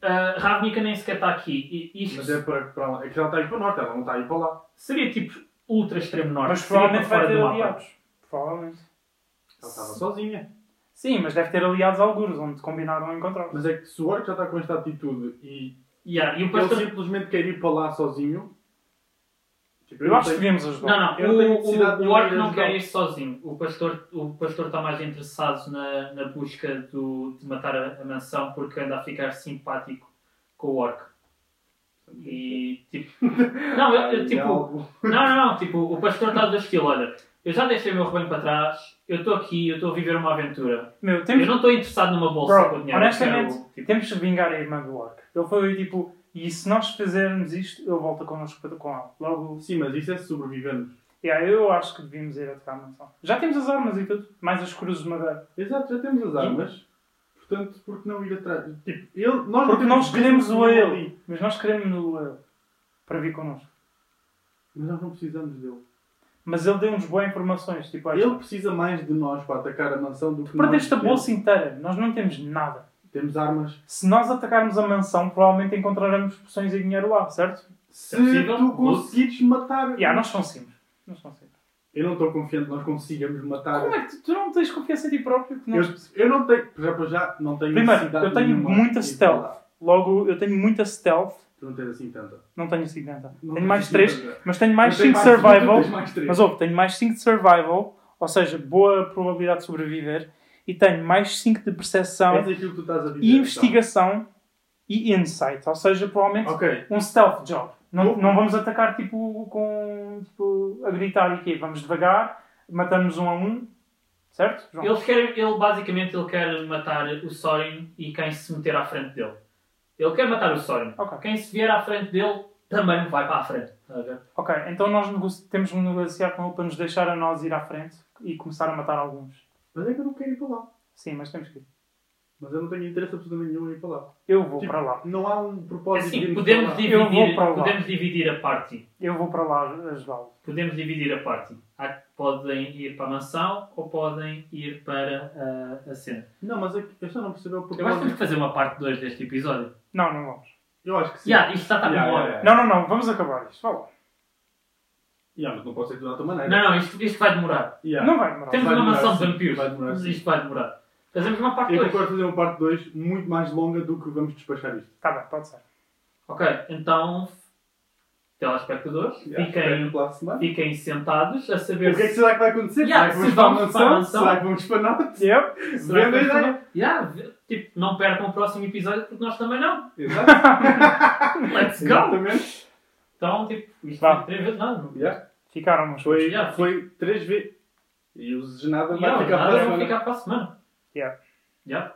Ah, Ravnica nem sequer está aqui. E isto
Mas é para, para lá. É que já está aí para o norte, ela não está aí para lá.
seria tipo ultra extremo norte.
Mas
seria
provavelmente
para
vai
fora
ter
do mapa.
aliados. Provavelmente.
Ela estava sozinha.
Sim, mas deve ter aliados alguns, onde combinaram encontrar.
Mas é que se o Orc já está com esta atitude e
Yeah, e o
ele
pastor...
simplesmente quer ir para lá sozinho. Tipo,
Eu acho que
não
devíamos ajudar.
Não, não,
Eu tenho
o,
necessidade
o,
de
o Orc
me
não
ajudar.
quer ir sozinho. O pastor o pastor está mais interessado na, na busca do, de matar a, a mansão porque anda a ficar simpático com o Orc. E tipo. <laughs> Não, eu- eu,
Há
tipo,
algo-
Não, não, não. Tipo, o pastor está do estilo, olha, eu já deixei o meu rebanho para trás, eu estou aqui, eu estou a viver uma aventura.
Meu,
Eu
temos,
não estou interessado numa bolsa
Bro,
com dinheiro.
honestamente,
eu quero, tipo,
temos que vingar a irmã do Orc. Ele foi tipo, e se nós fizermos isto, ele volta connosco para com ela. Logo,
Sim, mas isso é se sobrevivermos.
yeah, eu acho que devíamos ir atacar a mansão. Já temos as armas e tudo, mais as cruzes de madeira.
Exato, já temos as armas. Portanto, por que não ir atrás? Tipo, ele, nós
Porque
não
nós
temos
queremos o
nenhum
ele,
ali.
mas nós queremos o ele para vir connosco.
Mas nós não precisamos dele.
Mas ele deu-nos boas informações, tipo,
Ele
ele
precisa mais de nós para atacar a mansão do que nós.
perdeste a
dele.
bolsa inteira, nós não temos nada.
Temos armas.
Se nós atacarmos a mansão, provavelmente encontraremos poções e dinheiro lá, certo?
Se
possível,
tu
bolsa.
conseguires matar.
E ah, nós conseguimos. Nós conseguimos.
Eu não estou confiante que nós consigamos matar.
Como é que tu, tu não tens confiança em ti próprio? Que nós...
Ah. Eu, eu não tenho. Já para já, não tenho
Primeiro,
necessidade
eu tenho
nenhuma
muita
de ir
stealth.
para lá.
Logo, eu tenho muita stealth,
Tu não tens assim tanta.
não tenho 50.
Não
tenho mais 3,
tens 50.
mas tenho mais
Eu tenho
5
mais-
survival.
<laughs> tu tens mais três.
Mas houve, tenho mais 5 de survival, ou seja, boa probabilidade de sobreviver. E tenho mais 5 de percepção.
És aquilo É que tu estás a dizer.
e investigação e insight, ou seja,
então.
provavelmente
Ok.
um stealth job. Não, não vamos atacar tipo com tipo, a gritar e quê? Vamos devagar, matamos um a um, certo? João?
Eles querem, ele basicamente ele quer matar o Sorin e quem se meter à frente dele. Ele quer matar o Sorin.
Ok.
Quem se vier à frente dele também vai para a frente. Estás a ver?
Ok, então nós nego- temos de negociar com ele para nos deixar a nós ir à frente e começar a matar alguns.
Mas é que eu não quero ir para lá.
Sim, mas temos que ir.
Mas eu não tenho interesse absolutamente nenhum em ir para lá.
Eu vou
Tipo,
para lá.
Não há um
É
propósito
Assim,
irmos
podemos
para lá.
Eu vou
dividir,
para lá.
podemos dividir a party.
Eu vou para lá ajudá-lo.
Podemos dividir a party. Há- Podem ir para a mansão ou podem ir para ah, a cena.
Não, mas é que eu só não percebi o
Eu acho que temos
propósito.
que fazer uma parte 2 deste episódio.
Não, não vamos.
Eu acho que sim.
Yeah, isto já está
Yeah,
yeah,
yeah,
hora.
yeah.
Não, não, não, vamos acabar isto. Vá lá.
Yeah, mas não pode ser de outra maneira.
Não, não, isto, isto vai demorar.
Yeah.
Não vai demorar.
Temos
vai
uma
demorar,
mansão de
sim.
vampiros.
Vai demorar,
mas
sim.
isto vai demorar. Fazemos uma parte
Eu
2.
concordo fazer uma parte 2 muito mais longa do que vamos despachar isto.
Tá bem, pode ser.
Ok, então telespectadores,
Yeah, espero
fiquem,
que lá semana.
fiquem sentados a
O
saber
que é que será que vai acontecer?
Yeah,
será que
se
vamos
vamos
para a
para a
mansão?
mansão?
Será que vamos para nada?
<laughs>
Yep.
Será que
Vê a
vai
ideia.
ser- Yeah, vê- tipo, não percam o próximo episódio porque nós também não.
Exato.
Let's go!
Exatamente.
Então, tipo, isto
Vá.
foi três vezes nada.
Yeah.
Ficaram, mas
Foi,
Yeah.
foi três vezes. E o nada vai
Yeah,
ficar
nada,
para a
vão
semana.
ficar para a semana.
Yeah.
Yeah.